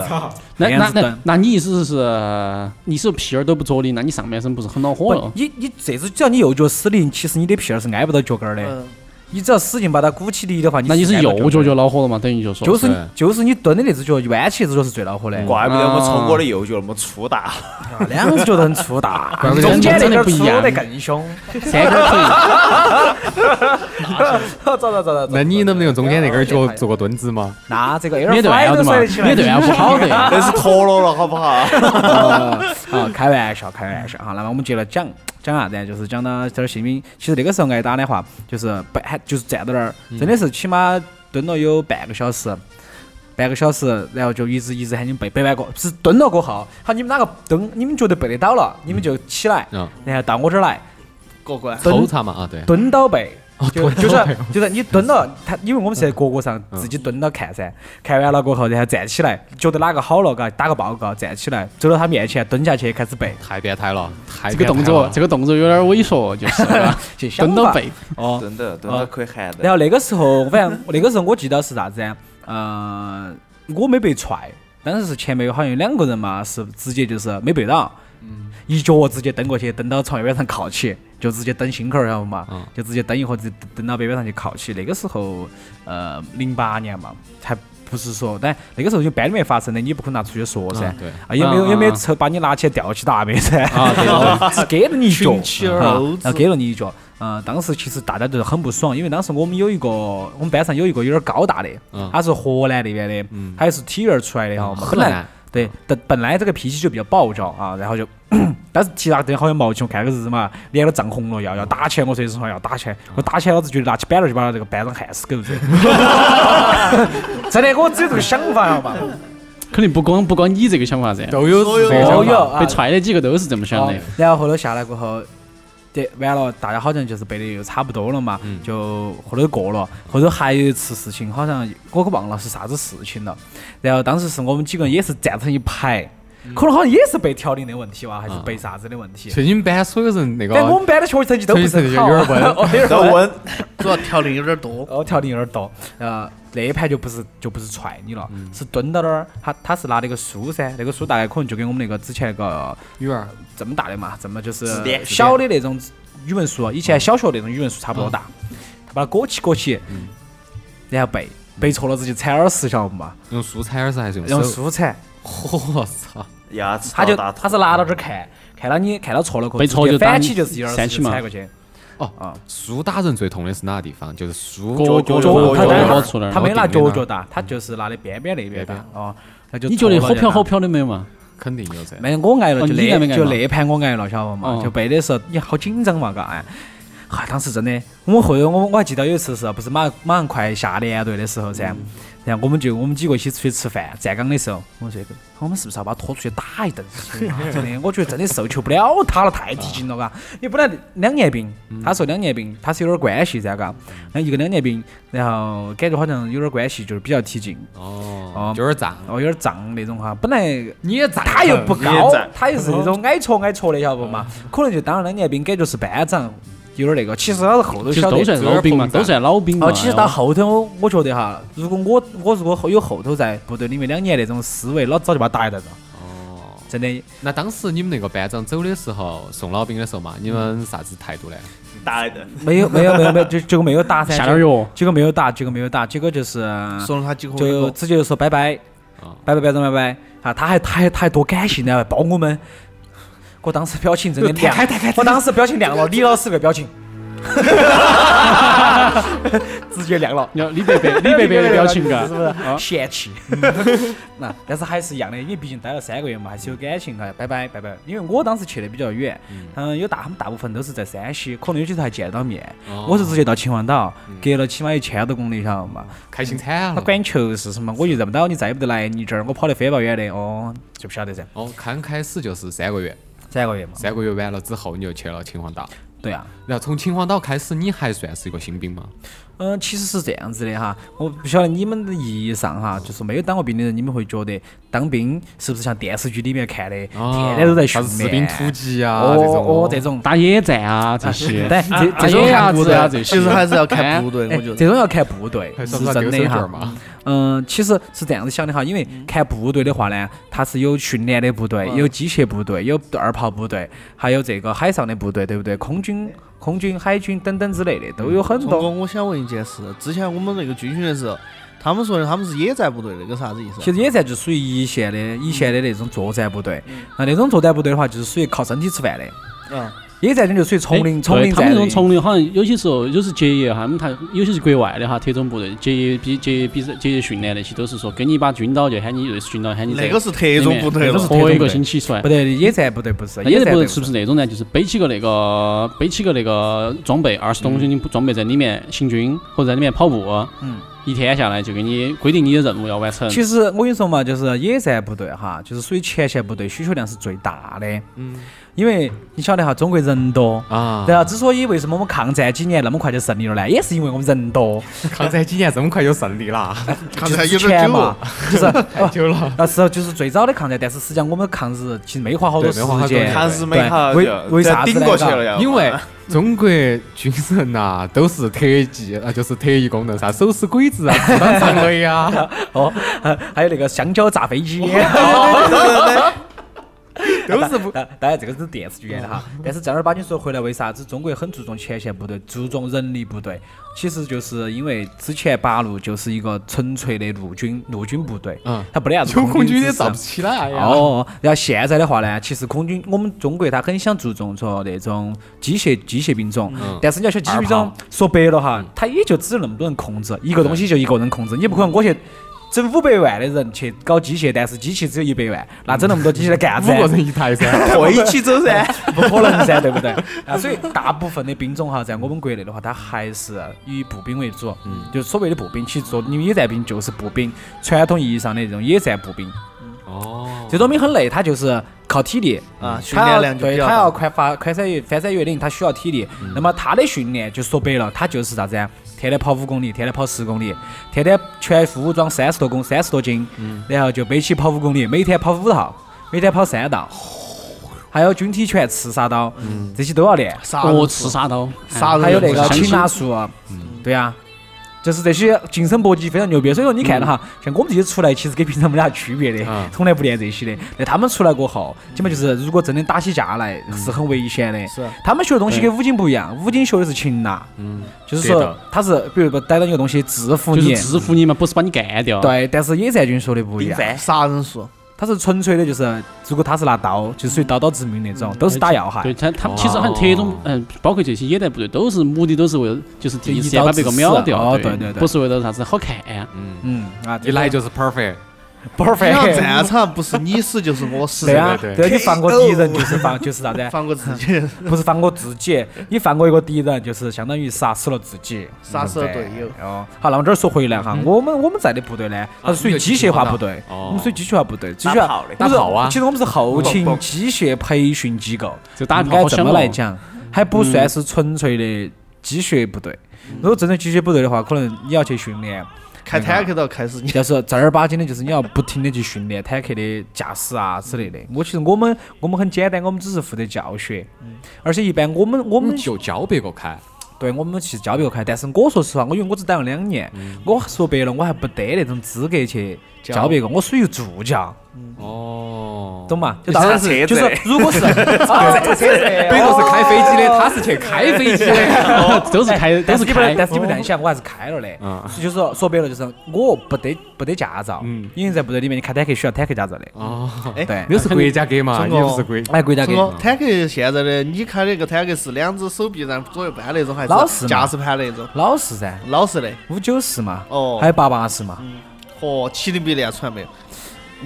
[SPEAKER 3] 那
[SPEAKER 4] 那样
[SPEAKER 3] 那
[SPEAKER 4] 子
[SPEAKER 3] 那
[SPEAKER 4] 蹲
[SPEAKER 3] 那你意思是，你是屁儿都不着力，那你上半身不是很恼火
[SPEAKER 4] 不
[SPEAKER 3] 了？
[SPEAKER 4] 你你这只只要你右脚使力，其实你的屁儿是挨不到脚跟儿的。
[SPEAKER 6] 嗯，
[SPEAKER 4] 你只要使劲把它鼓起离的话，
[SPEAKER 3] 那你是
[SPEAKER 4] 是
[SPEAKER 3] 右脚就恼火了嘛？等于就说
[SPEAKER 4] 就是你
[SPEAKER 5] 对
[SPEAKER 4] 就是你蹲的那只脚，弯起那只脚是最恼火的。
[SPEAKER 7] 怪不得我从我的右脚那么粗大，
[SPEAKER 4] 啊两只脚都很粗大
[SPEAKER 3] 怪不，得
[SPEAKER 4] 中间那
[SPEAKER 3] 真的
[SPEAKER 4] 根
[SPEAKER 3] 不一
[SPEAKER 4] 粗
[SPEAKER 3] 样
[SPEAKER 4] 得更凶。
[SPEAKER 3] 三根腿，
[SPEAKER 4] 找找找找，
[SPEAKER 5] 那你能不能用中间那根脚做个蹲姿嘛？
[SPEAKER 4] 那这个 air
[SPEAKER 3] 你对弯
[SPEAKER 4] fry
[SPEAKER 3] 的
[SPEAKER 4] 都
[SPEAKER 3] 嘛，
[SPEAKER 4] 甩得起来
[SPEAKER 3] 你对弯不好的。
[SPEAKER 7] 那是陀螺了，好不好？
[SPEAKER 4] 啊，好，开玩笑，开玩笑 哈。那么我们接着讲讲啥子呢？啊就是讲到这儿新兵，其实那个时候挨打的话，就是半还就是站到那儿，
[SPEAKER 6] 嗯
[SPEAKER 4] 真的是起码蹲了有半个小时。半个小时，然后就一直一直喊你们背背完过，是蹲了过后，好，你们哪个蹲，你们觉得背得到了，你们就起来，
[SPEAKER 5] 嗯，
[SPEAKER 4] 然后到我这儿来
[SPEAKER 6] 过过来，
[SPEAKER 5] 抽查嘛啊，对，
[SPEAKER 4] 蹲到背，就就
[SPEAKER 5] 蹲到
[SPEAKER 4] 是
[SPEAKER 5] 背
[SPEAKER 4] 就是你蹲了，他因为我们是在角角上自己蹲到看噻，看完了过后，然后站起来，觉得哪个好了，嘎，打个报告，站起来，走到他面前蹲下去开始背，
[SPEAKER 5] 太变态了，太
[SPEAKER 3] 这个
[SPEAKER 5] 变态
[SPEAKER 3] 动作，
[SPEAKER 5] 了啊
[SPEAKER 3] 这个动作有点猥琐，就是了
[SPEAKER 4] 去想
[SPEAKER 3] 蹲到
[SPEAKER 4] 法
[SPEAKER 3] 背，
[SPEAKER 4] 哦。
[SPEAKER 7] 真的，真的可以喊
[SPEAKER 4] 然
[SPEAKER 7] 的。
[SPEAKER 4] 后那个时候，反正那个时候我记得是啥子啊？嗯，我没被踹，当时是前面有好像有两个人嘛，是直接就是没被到，一脚直接蹬过去，蹬到床边上靠起，就直接蹬心口儿，晓得嘛
[SPEAKER 5] 嗯？
[SPEAKER 4] 就直接蹬一会儿，直接蹬到边边上去靠起。那个时候，呃，零八年嘛，还不是说，但那个时候就班里面发生的，你也不可能拿出去说噻
[SPEAKER 5] 嗯，对
[SPEAKER 4] 啊，也没有也没有
[SPEAKER 5] 嗯嗯嗯
[SPEAKER 4] 抽把你拿起来吊起打没噻，
[SPEAKER 5] 啊，对对对，
[SPEAKER 4] 只给了你一 脚，
[SPEAKER 6] 群起而
[SPEAKER 4] 啊
[SPEAKER 6] 殴之
[SPEAKER 4] 然后给了你一脚。嗯，当时其实大家都很不爽，因为当时我们有一个，我们班上有一个有点高大的
[SPEAKER 5] 嗯，
[SPEAKER 4] 他是河南那边的，他也是体院儿出来的哈。
[SPEAKER 5] 河
[SPEAKER 4] 本来
[SPEAKER 5] 南
[SPEAKER 4] 对，本本来这个脾气就比较暴躁啊，然后就， 但是其他的好像毛球，看那个日子嘛，脸都涨红了，要要打起来，我随时说要打起来，我打起来，老子觉得拿起板凳就把他这个班长焊死狗子。 真的，我只有这个想法了嘛。
[SPEAKER 3] 肯定不光不光你这个想法噻，
[SPEAKER 5] 都有这
[SPEAKER 4] 都
[SPEAKER 5] 个想法
[SPEAKER 4] 有啊
[SPEAKER 3] 被踹的几个都是这么想
[SPEAKER 4] 哦
[SPEAKER 3] 的。
[SPEAKER 4] 然后后头下来过后，得完了，大家好像就是背的又差不多了嘛，就后头过了。后头还有一次事情，好像我给忘了是啥子事情了。然后当时是我们几个人也是站成一排，可能好像也是被调龄的问题哇，还是
[SPEAKER 5] 啊
[SPEAKER 4] 被啥子的问题。
[SPEAKER 5] 就你们班所有人那个
[SPEAKER 4] 但我们班的学习成绩都不是很好，
[SPEAKER 5] 成绩
[SPEAKER 4] 哦有
[SPEAKER 5] 成绩有点
[SPEAKER 4] 点
[SPEAKER 7] 都
[SPEAKER 4] 稳
[SPEAKER 7] 问
[SPEAKER 6] 主要调令有点 多。
[SPEAKER 4] 哦，调的有点多，呃，那一盘就不是就不是踹你了，是蹲到那儿，他他是拿了一个书噻，那个书大概可能就跟我们那个之前那个
[SPEAKER 5] 语文儿
[SPEAKER 4] 这么大的嘛，这么就是
[SPEAKER 7] 字典
[SPEAKER 4] 小的那种语文书，啊以前小学那种语文书差不多大，他把它裹起裹起，然后背背错了直接踩耳屎，晓得不嘛？
[SPEAKER 5] 用树铲儿是还是
[SPEAKER 4] 用
[SPEAKER 5] 用手？
[SPEAKER 4] 书踩，
[SPEAKER 5] 我操！
[SPEAKER 7] 牙齿
[SPEAKER 4] 他就
[SPEAKER 7] 大
[SPEAKER 4] 他是拿到这儿看，看到你看到错了，
[SPEAKER 3] 背错
[SPEAKER 4] 直
[SPEAKER 3] 就
[SPEAKER 4] 接
[SPEAKER 3] 打
[SPEAKER 4] 反
[SPEAKER 3] 你
[SPEAKER 4] 起就是一耳
[SPEAKER 3] 扇
[SPEAKER 4] 屎
[SPEAKER 3] 起
[SPEAKER 4] 就
[SPEAKER 3] 嘛
[SPEAKER 4] 踩过去，
[SPEAKER 5] 哦，树打人最痛的是哪个地方？就是树
[SPEAKER 3] 脚脚
[SPEAKER 4] 脚
[SPEAKER 3] 脚
[SPEAKER 4] 他
[SPEAKER 3] 脚
[SPEAKER 4] 当
[SPEAKER 3] 脚
[SPEAKER 4] 然
[SPEAKER 3] 出来
[SPEAKER 4] 他
[SPEAKER 5] 没
[SPEAKER 3] 了。
[SPEAKER 4] 没拿
[SPEAKER 5] 顶
[SPEAKER 4] 脚
[SPEAKER 5] 的
[SPEAKER 4] 脚打，他就是拿的边边那边打
[SPEAKER 5] 边
[SPEAKER 4] 哦，那就
[SPEAKER 3] 你觉得
[SPEAKER 4] 错了
[SPEAKER 3] 好
[SPEAKER 4] 就
[SPEAKER 3] 飘
[SPEAKER 4] 打
[SPEAKER 3] 好飘的没嘛？
[SPEAKER 5] 肯定有噻。
[SPEAKER 4] 没，我挨了，
[SPEAKER 3] 哦
[SPEAKER 4] 就
[SPEAKER 3] 你挨没
[SPEAKER 4] 那
[SPEAKER 3] 挨
[SPEAKER 4] 就
[SPEAKER 3] 嘛
[SPEAKER 4] 那盘我挨了，晓得不嘛？
[SPEAKER 3] 哦
[SPEAKER 4] 就背的时候，你好紧张嘛，嘎哎。哈，当时真的，我们会，我我还记得有一次是不是马马上快下连队的时候
[SPEAKER 3] 嗯
[SPEAKER 4] 噻，然后我们就我们几个一起出去吃饭，站岗的时候，我们说，我们是不是要把他拖出去打一顿？ 啊真的，我觉得真的受求不了他了，太激进了，嘎。因为本来两年兵，
[SPEAKER 3] 嗯
[SPEAKER 4] 他说两年兵，他是有点关系噻，嘎。然后一个两年兵，然后感觉好像有点关系，就是比较提劲，
[SPEAKER 5] 哦
[SPEAKER 4] 哦，
[SPEAKER 5] 就是胀。
[SPEAKER 4] 哦，有点胀那种哈。本来
[SPEAKER 5] 你也胀，
[SPEAKER 4] 他又不
[SPEAKER 7] 你也
[SPEAKER 4] 高
[SPEAKER 7] 在，
[SPEAKER 4] 他又是那种矮矬矮矬的，晓得不嘛？可能就当了两年兵，感觉是班长，有点那个。其实他是后头
[SPEAKER 3] 其实
[SPEAKER 4] 晓
[SPEAKER 3] 都
[SPEAKER 4] 得。
[SPEAKER 3] 算老兵嘛，都算老兵嘛。
[SPEAKER 4] 哦，其实到后头，我觉得哈，如果我我如果后有后头在部队里面两年那种思维，老早就把他打一顿了。
[SPEAKER 5] 哦，
[SPEAKER 4] 真的，
[SPEAKER 5] 那当时你们那个班长走的时候，送老兵的时候嘛，
[SPEAKER 4] 嗯
[SPEAKER 5] 你们啥子态度呢？
[SPEAKER 7] 打一顿，
[SPEAKER 4] 没有没有没有没有，结结果没有打噻。
[SPEAKER 3] 下点儿
[SPEAKER 4] 结果
[SPEAKER 3] 药，
[SPEAKER 4] 结果没有打，结果没有打，结果就是
[SPEAKER 6] 送了他几口水
[SPEAKER 4] 啊就
[SPEAKER 6] 果，
[SPEAKER 4] 直接就说拜拜，
[SPEAKER 5] 啊，
[SPEAKER 4] 拜拜班长拜拜。啊，他还他还他还多感性呢，还抱我们。我当时表情真的亮，我当时表情亮了，李老师个表情， 直接亮了。
[SPEAKER 3] 你看李伯伯，李伯伯的表情啊嘎
[SPEAKER 4] 是，不是嫌弃？ 那但是还是一样的，因为毕竟待了三个月嘛，还是有感情啊的。拜拜拜拜，因为我当时去的比较远，嗯，有大他们大部分都是在山西，可能有些时候还见得到面。
[SPEAKER 5] 哦
[SPEAKER 4] 我是直接到秦皇岛，隔了起码一千多公里，晓得嘛？
[SPEAKER 5] 开心惨
[SPEAKER 4] 他
[SPEAKER 5] 了。
[SPEAKER 4] 管球是什么？我就认不到你，再也不得来你这儿，我跑得飞抱远的，哦，就不晓得噻。
[SPEAKER 5] 哦，刚开始就是三个月，
[SPEAKER 4] 三个月嘛，
[SPEAKER 5] 三个月完了之后你就去了秦皇岛，
[SPEAKER 4] 对啊。
[SPEAKER 5] 然后从秦皇岛开始你还算是一个新兵嘛？
[SPEAKER 4] 嗯，其实是这样子的哈，我不晓得你们的意义上哈，就是没有当过兵的人，你们会觉得当兵是不是像电视剧里面看的，天天都在训
[SPEAKER 5] 啊
[SPEAKER 4] 练，
[SPEAKER 5] 啥子哦士兵突击啊
[SPEAKER 4] 哦
[SPEAKER 5] 这种
[SPEAKER 4] 哦
[SPEAKER 5] 哦
[SPEAKER 4] 这种，
[SPEAKER 3] 打野战啊这些，
[SPEAKER 4] 但这
[SPEAKER 3] 打
[SPEAKER 4] 这种
[SPEAKER 3] 野
[SPEAKER 4] 看
[SPEAKER 3] 啊
[SPEAKER 4] 部
[SPEAKER 3] 子
[SPEAKER 4] 队
[SPEAKER 3] 啊这些，
[SPEAKER 6] 其实还是要看
[SPEAKER 3] 哎
[SPEAKER 6] 部队，
[SPEAKER 4] 哎
[SPEAKER 6] 我觉得
[SPEAKER 4] 这种要看部队，
[SPEAKER 5] 还
[SPEAKER 4] 是
[SPEAKER 5] 算不算
[SPEAKER 4] 真
[SPEAKER 5] 丢
[SPEAKER 4] 的
[SPEAKER 5] 手绢
[SPEAKER 4] 哈。
[SPEAKER 5] 嘛？
[SPEAKER 4] 嗯，其实是这样子想的哈，因为
[SPEAKER 3] 嗯
[SPEAKER 4] 看部队的话呢，它是有训
[SPEAKER 3] 嗯
[SPEAKER 4] 练的部队，有机械部队，有二炮部队，还有这个海上的部队，对不对？空军空空军、海军等等之类的，都有很
[SPEAKER 6] 聪
[SPEAKER 4] 多
[SPEAKER 6] 哥，。我想问一件事，之前我们那个军训的时候，他们说的他们是野战部队，那个啥子意思？
[SPEAKER 4] 其实野战就属于一线的一线
[SPEAKER 3] 嗯
[SPEAKER 4] 的那种作战部队，那那种作战部队的话，就是属于靠身体吃饭的。
[SPEAKER 6] 嗯，
[SPEAKER 4] 野战军就属于丛林
[SPEAKER 3] 哎
[SPEAKER 4] 丛林
[SPEAKER 3] 对他们
[SPEAKER 4] 战
[SPEAKER 3] 那种
[SPEAKER 4] 略。
[SPEAKER 3] 丛林好像有些时候有时结业哈，他们他有些是国外的哈，特种部队结业比结业比结业训练那些都是说给你一把军刀就喊你瑞士军刀喊你
[SPEAKER 6] 那个是特
[SPEAKER 3] 特
[SPEAKER 6] 种部队
[SPEAKER 4] 那
[SPEAKER 6] 了
[SPEAKER 4] 个是。特种部
[SPEAKER 3] 活
[SPEAKER 4] 队
[SPEAKER 3] 一个星期出来
[SPEAKER 4] 不。对，野战部队不是，
[SPEAKER 3] 那也
[SPEAKER 4] 战
[SPEAKER 3] 不
[SPEAKER 4] 部队
[SPEAKER 3] 是是不是那种呢？就是背起个那个背起个那个装备，二十多公斤的装备在里面行军或者在里面跑步，
[SPEAKER 4] 嗯，
[SPEAKER 3] 一天下来就给你规定你的任务要完
[SPEAKER 5] 嗯
[SPEAKER 3] 成。
[SPEAKER 4] 其实我跟你说嘛，就是野战部队哈，就是属于前线部队，需求量是最大的。嗯，因为你晓得哈，中国人多。
[SPEAKER 5] 啊，
[SPEAKER 4] 然后，之所以为什么我们抗战几年那么快就胜利了呢？也是因为我们人多，
[SPEAKER 5] 抗战几年这么快就胜利了，
[SPEAKER 6] 看
[SPEAKER 4] 就
[SPEAKER 6] 着还
[SPEAKER 4] 是
[SPEAKER 6] 有
[SPEAKER 4] 之
[SPEAKER 6] 点
[SPEAKER 4] 前
[SPEAKER 6] 久
[SPEAKER 4] 嘛
[SPEAKER 6] 了，，
[SPEAKER 4] 就是 哦
[SPEAKER 5] 太久了。
[SPEAKER 4] 那时候就是最早的抗战，但是实际上我们抗日其实没花好多时
[SPEAKER 5] 对没花好多
[SPEAKER 4] 间，
[SPEAKER 5] 看
[SPEAKER 7] 看
[SPEAKER 5] 日
[SPEAKER 7] 日
[SPEAKER 4] 美
[SPEAKER 7] 美
[SPEAKER 4] 哈
[SPEAKER 7] 哈
[SPEAKER 4] 为为啥子
[SPEAKER 7] 顶
[SPEAKER 4] 呢
[SPEAKER 7] 过去了要？
[SPEAKER 5] 因为中国军人呐、都是特技啊，就是特异功能，啥手撕鬼子啊，自当上垒 啊，
[SPEAKER 4] 哦，呃还有那个香蕉炸飞机，
[SPEAKER 5] 都是不
[SPEAKER 4] 当当然这个是电视剧演的哈。
[SPEAKER 5] 嗯
[SPEAKER 4] 但是正儿八经说回来，为啥子中国很注重前线部队，注重人力部队？其实就是因为之前八路就是一个纯粹的陆军陆军部队，
[SPEAKER 5] 嗯
[SPEAKER 4] 它不得啥子
[SPEAKER 5] 有空军
[SPEAKER 4] 之
[SPEAKER 5] 也
[SPEAKER 4] 势
[SPEAKER 5] 造不起来呀、
[SPEAKER 4] 哦，然后现在的话呢，其实空军我们中国它很想注重说那种机械机械兵种，
[SPEAKER 5] 嗯
[SPEAKER 4] 但是你要说机械兵种，说白了哈，它也就只有那么多人控制，一个东西就一个人控制，你不可
[SPEAKER 5] 嗯
[SPEAKER 4] 能我去。整五百万的人去搞机械，但是机器只有一百万，那整那么多机器来干啥子？
[SPEAKER 5] 五个人一台噻，
[SPEAKER 7] 我一起走噻。
[SPEAKER 4] 不可能噻，对不对？啊，所以大部分的兵种哈，在我们国内的话，它还是以步兵为主。嗯，就所谓的步兵，其实说你野战兵就是步兵，传统意义上的这种野战步兵。
[SPEAKER 5] 哦，
[SPEAKER 4] 这种兵很累，它就是靠体力
[SPEAKER 6] 啊训
[SPEAKER 4] 它
[SPEAKER 6] 练
[SPEAKER 4] 要
[SPEAKER 6] 量就
[SPEAKER 4] 对，
[SPEAKER 6] 比较
[SPEAKER 4] 它
[SPEAKER 6] 大嗯
[SPEAKER 4] 要快发快山越翻山越岭，它需要体力。那么它的训练就说白了，它就是啥子啊？天天跑五公里，天天跑十公里，天天全副武装三十多公三十多斤，
[SPEAKER 6] 嗯
[SPEAKER 4] 然后就背起跑五公里，每天跑五套，每天跑三道，还有军体拳、刺杀刀，
[SPEAKER 6] 嗯
[SPEAKER 4] 这些都要练。
[SPEAKER 6] 啥
[SPEAKER 3] 哦，
[SPEAKER 6] 人
[SPEAKER 3] 刺杀刀，
[SPEAKER 6] 啥人
[SPEAKER 4] 哎还有那个
[SPEAKER 3] 相信
[SPEAKER 4] 擒拿术，啊对呀、就是这些近身搏击非常牛逼，所以说你看了哈，像我们这些出来，其实跟平常没啥区别的
[SPEAKER 5] 嗯，
[SPEAKER 4] 从来不练这些的。那他们出来过后，基本就是如果真的打起架来，是很危险的。
[SPEAKER 6] 是
[SPEAKER 4] 他们学的东西跟武警不一样，武警学的是擒拿，就是
[SPEAKER 5] 对
[SPEAKER 4] 说
[SPEAKER 5] 的
[SPEAKER 4] 他是比如说逮到一个东西制服
[SPEAKER 3] 就是
[SPEAKER 4] 你，
[SPEAKER 3] 制服你啊嘛，不是把你干掉。
[SPEAKER 4] 对。但是野战军学的不一样，
[SPEAKER 6] 杀人术，
[SPEAKER 4] 他是纯粹的，就是如果他是拿刀，就属于刀刀致命那种，都是打要害。
[SPEAKER 3] 对他，他们其实
[SPEAKER 4] 哦
[SPEAKER 3] 好像特种，嗯，包括这些野战部队，都是目的都是为了，就是第一时间把别个秒掉，
[SPEAKER 4] 哦对对对
[SPEAKER 3] 不是为了啥子好看，
[SPEAKER 4] 嗯啊，
[SPEAKER 5] 一来就是 perfect，
[SPEAKER 4] 不是
[SPEAKER 6] 你看战场不是你死就是我死，
[SPEAKER 4] 对啊，
[SPEAKER 5] 对对
[SPEAKER 4] 对啊，你放过敌人就是放就是啥子啊？
[SPEAKER 6] 放过 自己，
[SPEAKER 4] 不是放过自己，你放过一个敌人，就是相当于杀死了自己，
[SPEAKER 6] 杀死了队友
[SPEAKER 4] 对。哦，好，那我这儿说回来哈，我们我们在的部队呢，它是属于机械化部队，
[SPEAKER 5] 哦
[SPEAKER 4] 我们属于机械化部队，机械
[SPEAKER 7] 打
[SPEAKER 4] 化
[SPEAKER 7] 炮的
[SPEAKER 4] 我们是
[SPEAKER 5] 打炮啊
[SPEAKER 4] 其实我们是后勤机械培训机构，
[SPEAKER 3] 就打
[SPEAKER 4] 应
[SPEAKER 3] 得
[SPEAKER 4] 该
[SPEAKER 3] 好
[SPEAKER 4] 这
[SPEAKER 3] 香
[SPEAKER 4] 么
[SPEAKER 3] 哦
[SPEAKER 4] 来讲，还不算是纯粹的机械部队。如果真正机械部队的话，可能你要去训练，
[SPEAKER 6] 开坦克都要开始 你
[SPEAKER 4] 但是正儿八经的，就是你要不停的去训练坦克的驾驶啊之类的。我其实我们我们很简单，我们只是负责教学，而且一般我们我
[SPEAKER 5] 我们
[SPEAKER 4] 们
[SPEAKER 5] 嗯就教别个开，
[SPEAKER 4] 对我们去教别个开。但是我说实话，我因为我只待了两年，我说白了我还不得那种资格去教别个，我属于助教，
[SPEAKER 5] 哦，
[SPEAKER 4] 懂吗？就当然
[SPEAKER 7] 你
[SPEAKER 4] 是
[SPEAKER 7] 是
[SPEAKER 4] 就是
[SPEAKER 7] 车子
[SPEAKER 4] 如果是啊这个 车子
[SPEAKER 5] 别个是开飞机的，他是去开飞机的，
[SPEAKER 3] 都是开，都
[SPEAKER 4] 哎但是
[SPEAKER 3] 是
[SPEAKER 4] 你不能，
[SPEAKER 3] 开。哦
[SPEAKER 4] 但是你不能想，我还是开了的。
[SPEAKER 5] 嗯
[SPEAKER 4] 就是说说白了，就是我不得不得驾照，
[SPEAKER 3] 嗯
[SPEAKER 4] 因为在部队里面你开坦克需要坦克驾照的。
[SPEAKER 5] 哦，
[SPEAKER 3] 哎
[SPEAKER 4] 对，
[SPEAKER 5] 那是国家给嘛，
[SPEAKER 6] 中
[SPEAKER 5] 你
[SPEAKER 6] 国
[SPEAKER 5] 不是国，
[SPEAKER 4] 哎，国家
[SPEAKER 6] 这
[SPEAKER 4] 给
[SPEAKER 6] 个坦克现在的你开那个坦克是两只手臂然后左右扳那种，还
[SPEAKER 4] 老式
[SPEAKER 6] 是
[SPEAKER 4] 嘛
[SPEAKER 6] 驾驶盘那种？
[SPEAKER 4] 老式噻。
[SPEAKER 6] 老式的，
[SPEAKER 4] 五九四嘛，
[SPEAKER 6] 哦
[SPEAKER 4] 还有八八四嘛，
[SPEAKER 3] 嗯
[SPEAKER 6] 和七零 B 连出来没有？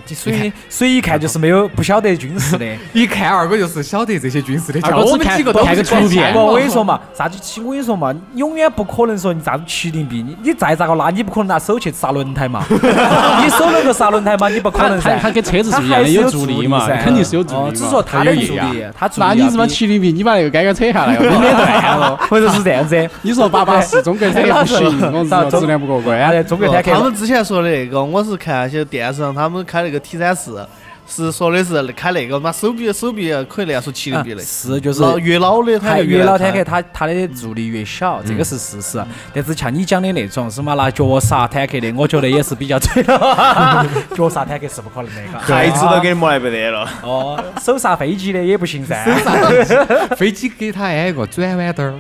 [SPEAKER 4] 所以所以一看就是没有不晓得军 事的。
[SPEAKER 5] 一看二哥就是晓得这些军事的，
[SPEAKER 4] 啊
[SPEAKER 3] 二
[SPEAKER 5] 像
[SPEAKER 3] 哥
[SPEAKER 5] 我
[SPEAKER 3] 只
[SPEAKER 5] 们
[SPEAKER 3] 看
[SPEAKER 5] 几个都
[SPEAKER 3] 看个
[SPEAKER 5] 是
[SPEAKER 3] 图 片
[SPEAKER 4] 我我跟你说嘛，啥子七，我跟你说嘛，永远不可能说你啥子七零 B，你你再咋个拉，你不可能拿手去刹轮胎 嘛，你手能够刹轮胎吗？你不可
[SPEAKER 3] 他
[SPEAKER 4] 能
[SPEAKER 3] 他
[SPEAKER 4] 噻。
[SPEAKER 3] 他跟车子
[SPEAKER 4] 它
[SPEAKER 3] 是一样
[SPEAKER 4] 还
[SPEAKER 3] 的，
[SPEAKER 4] 是有
[SPEAKER 3] 助
[SPEAKER 4] 力
[SPEAKER 3] 力嘛，
[SPEAKER 4] 噻
[SPEAKER 3] 肯定是有助力
[SPEAKER 4] 哦
[SPEAKER 3] 嘛。
[SPEAKER 4] 只是说他
[SPEAKER 5] 它
[SPEAKER 4] 的
[SPEAKER 5] 有
[SPEAKER 4] 助
[SPEAKER 5] 力
[SPEAKER 4] 力，他助力
[SPEAKER 3] 那你
[SPEAKER 4] 要
[SPEAKER 3] 他妈
[SPEAKER 4] 比
[SPEAKER 3] 骑驴皮，你把那个杆杆扯下来，哦
[SPEAKER 4] 没得啊断了，或者是这样子。
[SPEAKER 3] 你说八八 四中国车也不行，我
[SPEAKER 4] 啥
[SPEAKER 3] 日
[SPEAKER 4] 中
[SPEAKER 3] 质量不啊过关。
[SPEAKER 4] 哎，中国
[SPEAKER 6] 不
[SPEAKER 4] 坦克
[SPEAKER 6] 他们之前说的那个，我是看那些电视上他们开那个 T 三四，是说的是开那个妈手臂手臂可以连说七零比的，
[SPEAKER 4] 是啊就是
[SPEAKER 6] 老越老的他
[SPEAKER 4] 他越老
[SPEAKER 6] 他
[SPEAKER 4] 坦克，他他的阻力越小，这个是事实。但是像你讲的那种是嘛拿脚刹坦克的，我觉得也是比较扯了。 脚刹坦克是不可能的，嘎
[SPEAKER 7] 孩子都给你磨来不得了。
[SPEAKER 4] 哦，手刹飞机的也不行噻。
[SPEAKER 5] 飞机给他安一个转弯灯儿，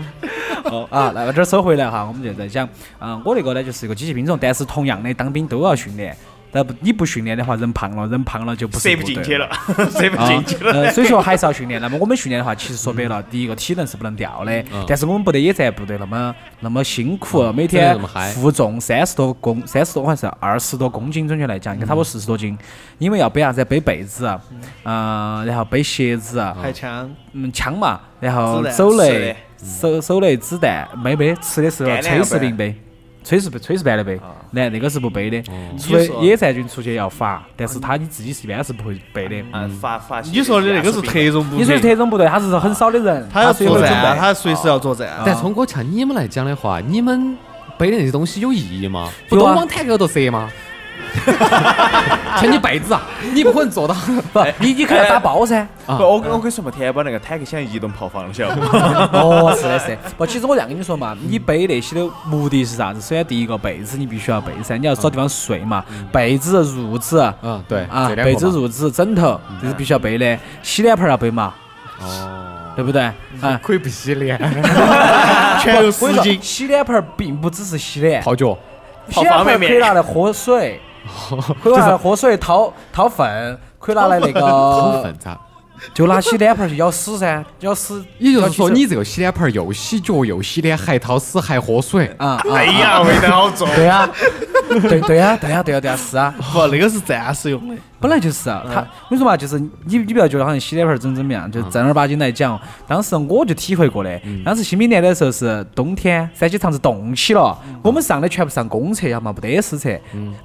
[SPEAKER 4] 哦啊，那么这儿收回来哈，我们就在讲，嗯，我那个呢就是一个机器兵种，但是同样的当兵都要训练。但不，你不训练的话，人胖了，人胖了就不是
[SPEAKER 7] 射不
[SPEAKER 4] 部队
[SPEAKER 7] 进去了，射不进去了。
[SPEAKER 4] 呃，所以说还是要训练。那么我们训练的话，其实说白了，第一个体能是不能掉的，但是我们部队也在部队那么那么辛苦，每
[SPEAKER 5] 真的
[SPEAKER 4] 天
[SPEAKER 5] 那么嗨
[SPEAKER 4] 负重三十多公，三十多好像是二十多公斤，准确来讲应该差不多四十多斤，因为要背啥子？背被子，嗯，然后背鞋子，
[SPEAKER 6] 开枪，
[SPEAKER 4] 嗯，枪嘛，然后
[SPEAKER 6] 子弹
[SPEAKER 4] 手
[SPEAKER 7] 吃
[SPEAKER 4] 雷
[SPEAKER 7] 的、
[SPEAKER 4] 手手雷、子弹没背，吃的是
[SPEAKER 7] 干粮
[SPEAKER 4] 炊
[SPEAKER 7] 要
[SPEAKER 4] 事
[SPEAKER 7] 背
[SPEAKER 4] 兵背，炊事炊事班的背，那那个是不背的。除
[SPEAKER 6] 哦你
[SPEAKER 4] 了
[SPEAKER 6] 说
[SPEAKER 4] 野战军出去要罚，但是他你自己是一般是不会背的。
[SPEAKER 6] 啊
[SPEAKER 7] 嗯， 发发。
[SPEAKER 6] 你说的那个是特种部
[SPEAKER 4] 你说
[SPEAKER 6] 队，
[SPEAKER 4] 的特种部队，他是很少的人，
[SPEAKER 6] 他要
[SPEAKER 4] 所以会
[SPEAKER 6] 作
[SPEAKER 4] 准
[SPEAKER 6] 战，
[SPEAKER 4] 备。
[SPEAKER 6] 他随时要作战。
[SPEAKER 5] 但聪哥，像你们来讲的话，你们背的那些东西有意义吗？不
[SPEAKER 4] 有
[SPEAKER 5] 都
[SPEAKER 4] 啊
[SPEAKER 5] 往坦克头射吗？像你被子啊，
[SPEAKER 4] 哎
[SPEAKER 5] 你不可能做到。
[SPEAKER 4] 不，你你可能要打包噻。
[SPEAKER 7] 不，我我跟你说嘛，天把那个坦克像移动炮房，晓得不？
[SPEAKER 4] 哦，是的，是的。不，其实我这样跟你说嘛，你背那些的目的是啥子？首先第一个被子你必须要背噻，你要找地方睡嘛，被子、褥子。
[SPEAKER 5] 嗯，对
[SPEAKER 4] 啊，
[SPEAKER 5] 这两个
[SPEAKER 4] 被子、
[SPEAKER 5] 嘛
[SPEAKER 4] 褥子、枕头，这是必须要背的。洗脸盆儿要背嘛，
[SPEAKER 5] 哦，
[SPEAKER 4] 对不对？啊，
[SPEAKER 5] 可以不洗 脸，
[SPEAKER 6] 全都
[SPEAKER 4] 我
[SPEAKER 6] 湿
[SPEAKER 4] 跟你
[SPEAKER 6] 巾
[SPEAKER 4] 说，洗脸盆儿并不只是洗脸，
[SPEAKER 5] 泡脚。
[SPEAKER 4] 洗脸盆儿可以拿来喝 水，可以拿来喝水、掏掏粪，可以拿来那
[SPEAKER 5] 好
[SPEAKER 4] 个，
[SPEAKER 5] 分噻。
[SPEAKER 4] 就拿洗脸盆儿去咬屎噻，咬屎。
[SPEAKER 5] 呃也就是
[SPEAKER 4] 咬鸡
[SPEAKER 5] 说，
[SPEAKER 4] 翅
[SPEAKER 5] 你这个洗脸盆儿又洗脚又洗脸，还掏屎还喝水，
[SPEAKER 4] 啊，啊
[SPEAKER 7] 哎呀，味道好重。
[SPEAKER 4] 对呀，对对呀，对呀，对呀，对呀，是啊，
[SPEAKER 6] 不，那个是战士 用的。
[SPEAKER 4] 本来就是啊，
[SPEAKER 5] 嗯
[SPEAKER 4] 他我跟你说嘛，就是你你不要觉得好像洗脸盆儿怎么怎么啊样，就正儿八经来讲，哦当时我就体会过的。
[SPEAKER 5] 嗯
[SPEAKER 4] 当时新兵连的时候是冬天，三七厂子冻起了，
[SPEAKER 5] 嗯
[SPEAKER 4] 我们上的全部上公厕，要么不得私厕，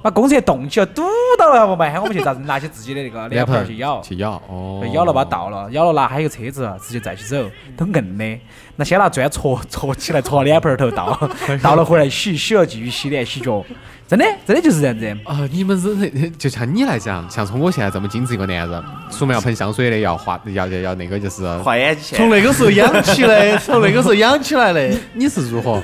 [SPEAKER 4] 把公厕冻起了，堵到了，要不嘛喊我们去咋子拿起自己的那个脸盆儿去咬，
[SPEAKER 5] 去咬，哦，
[SPEAKER 4] 咬了把它倒了，咬了拿还有个车子，直接再去走，都硬的。那先拿砖戳戳起来，戳脸盆儿头倒，
[SPEAKER 5] 哎
[SPEAKER 4] 倒了回来洗，洗了继续洗脸洗脚，真的真的就是这样子。
[SPEAKER 5] 啊、你们是就像你来讲，像从我现在这么精致一个男人，出门要喷香水的，要化，要要要那个就是，
[SPEAKER 7] 画眼睛线，
[SPEAKER 6] 从那个时候养起来，从那个时候养起来的。
[SPEAKER 5] 你是如何？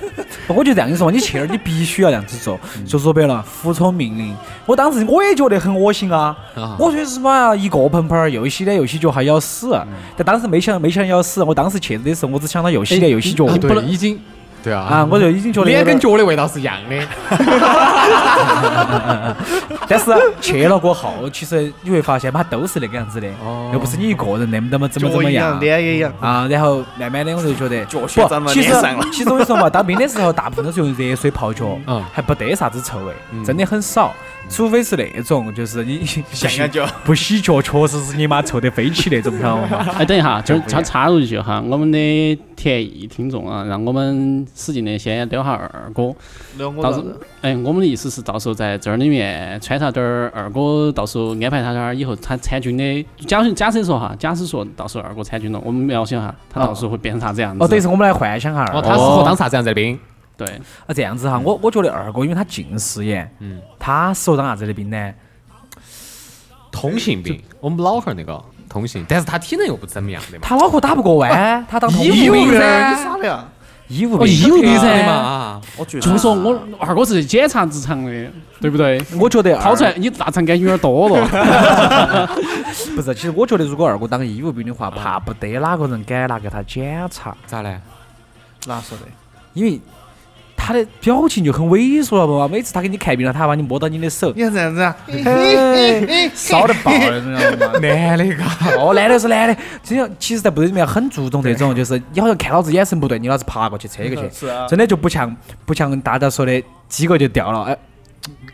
[SPEAKER 4] 我就这样跟你说，你去那儿你必须要这样子做，
[SPEAKER 5] 嗯
[SPEAKER 4] 就说白了，服从命令。我当时我也觉得很恶心啊，
[SPEAKER 5] 啊
[SPEAKER 4] 我说是嘛，一个盆盆儿又洗脸又洗脚还咬屎，
[SPEAKER 5] 嗯
[SPEAKER 4] 但当时没想没想咬屎，我当时去的时候我只想到又洗脸又洗脚
[SPEAKER 5] 啊
[SPEAKER 4] 不
[SPEAKER 5] 对，
[SPEAKER 4] 能
[SPEAKER 5] 已经，对啊，
[SPEAKER 4] 啊，我就已经觉得有
[SPEAKER 5] 脸
[SPEAKER 4] 点
[SPEAKER 5] 跟脚的味道是一样的。
[SPEAKER 4] 但是啊去了过后，其实你会发现嘛，都是那个样子的，又不是你一个人的，那么怎么怎么
[SPEAKER 6] 一
[SPEAKER 4] 样
[SPEAKER 6] 样，。脸也一样。
[SPEAKER 4] 啊，然后慢慢的我就觉得，
[SPEAKER 7] 脚血沾到
[SPEAKER 4] 不，其实
[SPEAKER 7] 脸上了
[SPEAKER 4] 其实我跟你说嘛，当兵的时候大部分都是用热水泡脚，
[SPEAKER 5] 嗯
[SPEAKER 4] 还不得啥子臭味，真的很少。除非是那种，就是你
[SPEAKER 7] 香港脚。
[SPEAKER 4] 不洗脚，确实是你妈臭得飞起那种，晓得 吗？
[SPEAKER 3] 哎，等一下，就是插插入一句哈，我们的铁艺听众啊，让我们使劲的先撩下二哥。
[SPEAKER 6] 那我
[SPEAKER 3] 到时
[SPEAKER 6] 咋子
[SPEAKER 3] 哎，我们的意思是到时候在这儿里面穿插点儿二哥，到时候安排他点儿以后他参军的。假设假设说哈，假设说到时候二哥参军了，我们描写哈，他到时候会变成啥子样子？
[SPEAKER 4] 哦，等于是我们来幻想哈，
[SPEAKER 5] 哦，他适合当啥子样子的兵？
[SPEAKER 3] 对，
[SPEAKER 4] 啊这样子哈，我我觉得二哥因为他近视眼，嗯，他适合当啥子的兵呢？
[SPEAKER 5] 通信兵，我们老汉儿那个通信，但是他体能又不怎么样的嘛。
[SPEAKER 4] 他脑壳打不过弯，他当通
[SPEAKER 5] 医务
[SPEAKER 4] 兵
[SPEAKER 5] 兵
[SPEAKER 4] 噻
[SPEAKER 6] 你傻的呀？
[SPEAKER 4] 医务
[SPEAKER 3] 哦，
[SPEAKER 4] 兵，
[SPEAKER 3] 义务兵
[SPEAKER 4] 哎
[SPEAKER 3] 噻
[SPEAKER 5] 嘛，啊，
[SPEAKER 7] 我觉
[SPEAKER 3] 就是说我二哥是检查职场的，对不对？
[SPEAKER 4] 我觉得二
[SPEAKER 3] 掏出来，你大肠杆有点多了。
[SPEAKER 4] 不是，其实我觉得如果二哥当义务兵的话，怕不得哪个人敢拿给他检查，
[SPEAKER 5] 咋嘞？
[SPEAKER 6] 哪说的？
[SPEAKER 4] 因为他的表情就很猥琐了嘛。每次他给你看病了，他还把你摸到你 的手，
[SPEAKER 6] 你看这样子啊？
[SPEAKER 4] 骚得爆了，你知 道吗？
[SPEAKER 5] 男的嘎，
[SPEAKER 4] 哦，男的是男的，这样其实，在部队里面很注重这种，就是你好像看老子眼神不对，你老子爬过去扯过去，
[SPEAKER 6] 是啊。
[SPEAKER 4] 真的就不像不像大家说的几个就掉了，哎，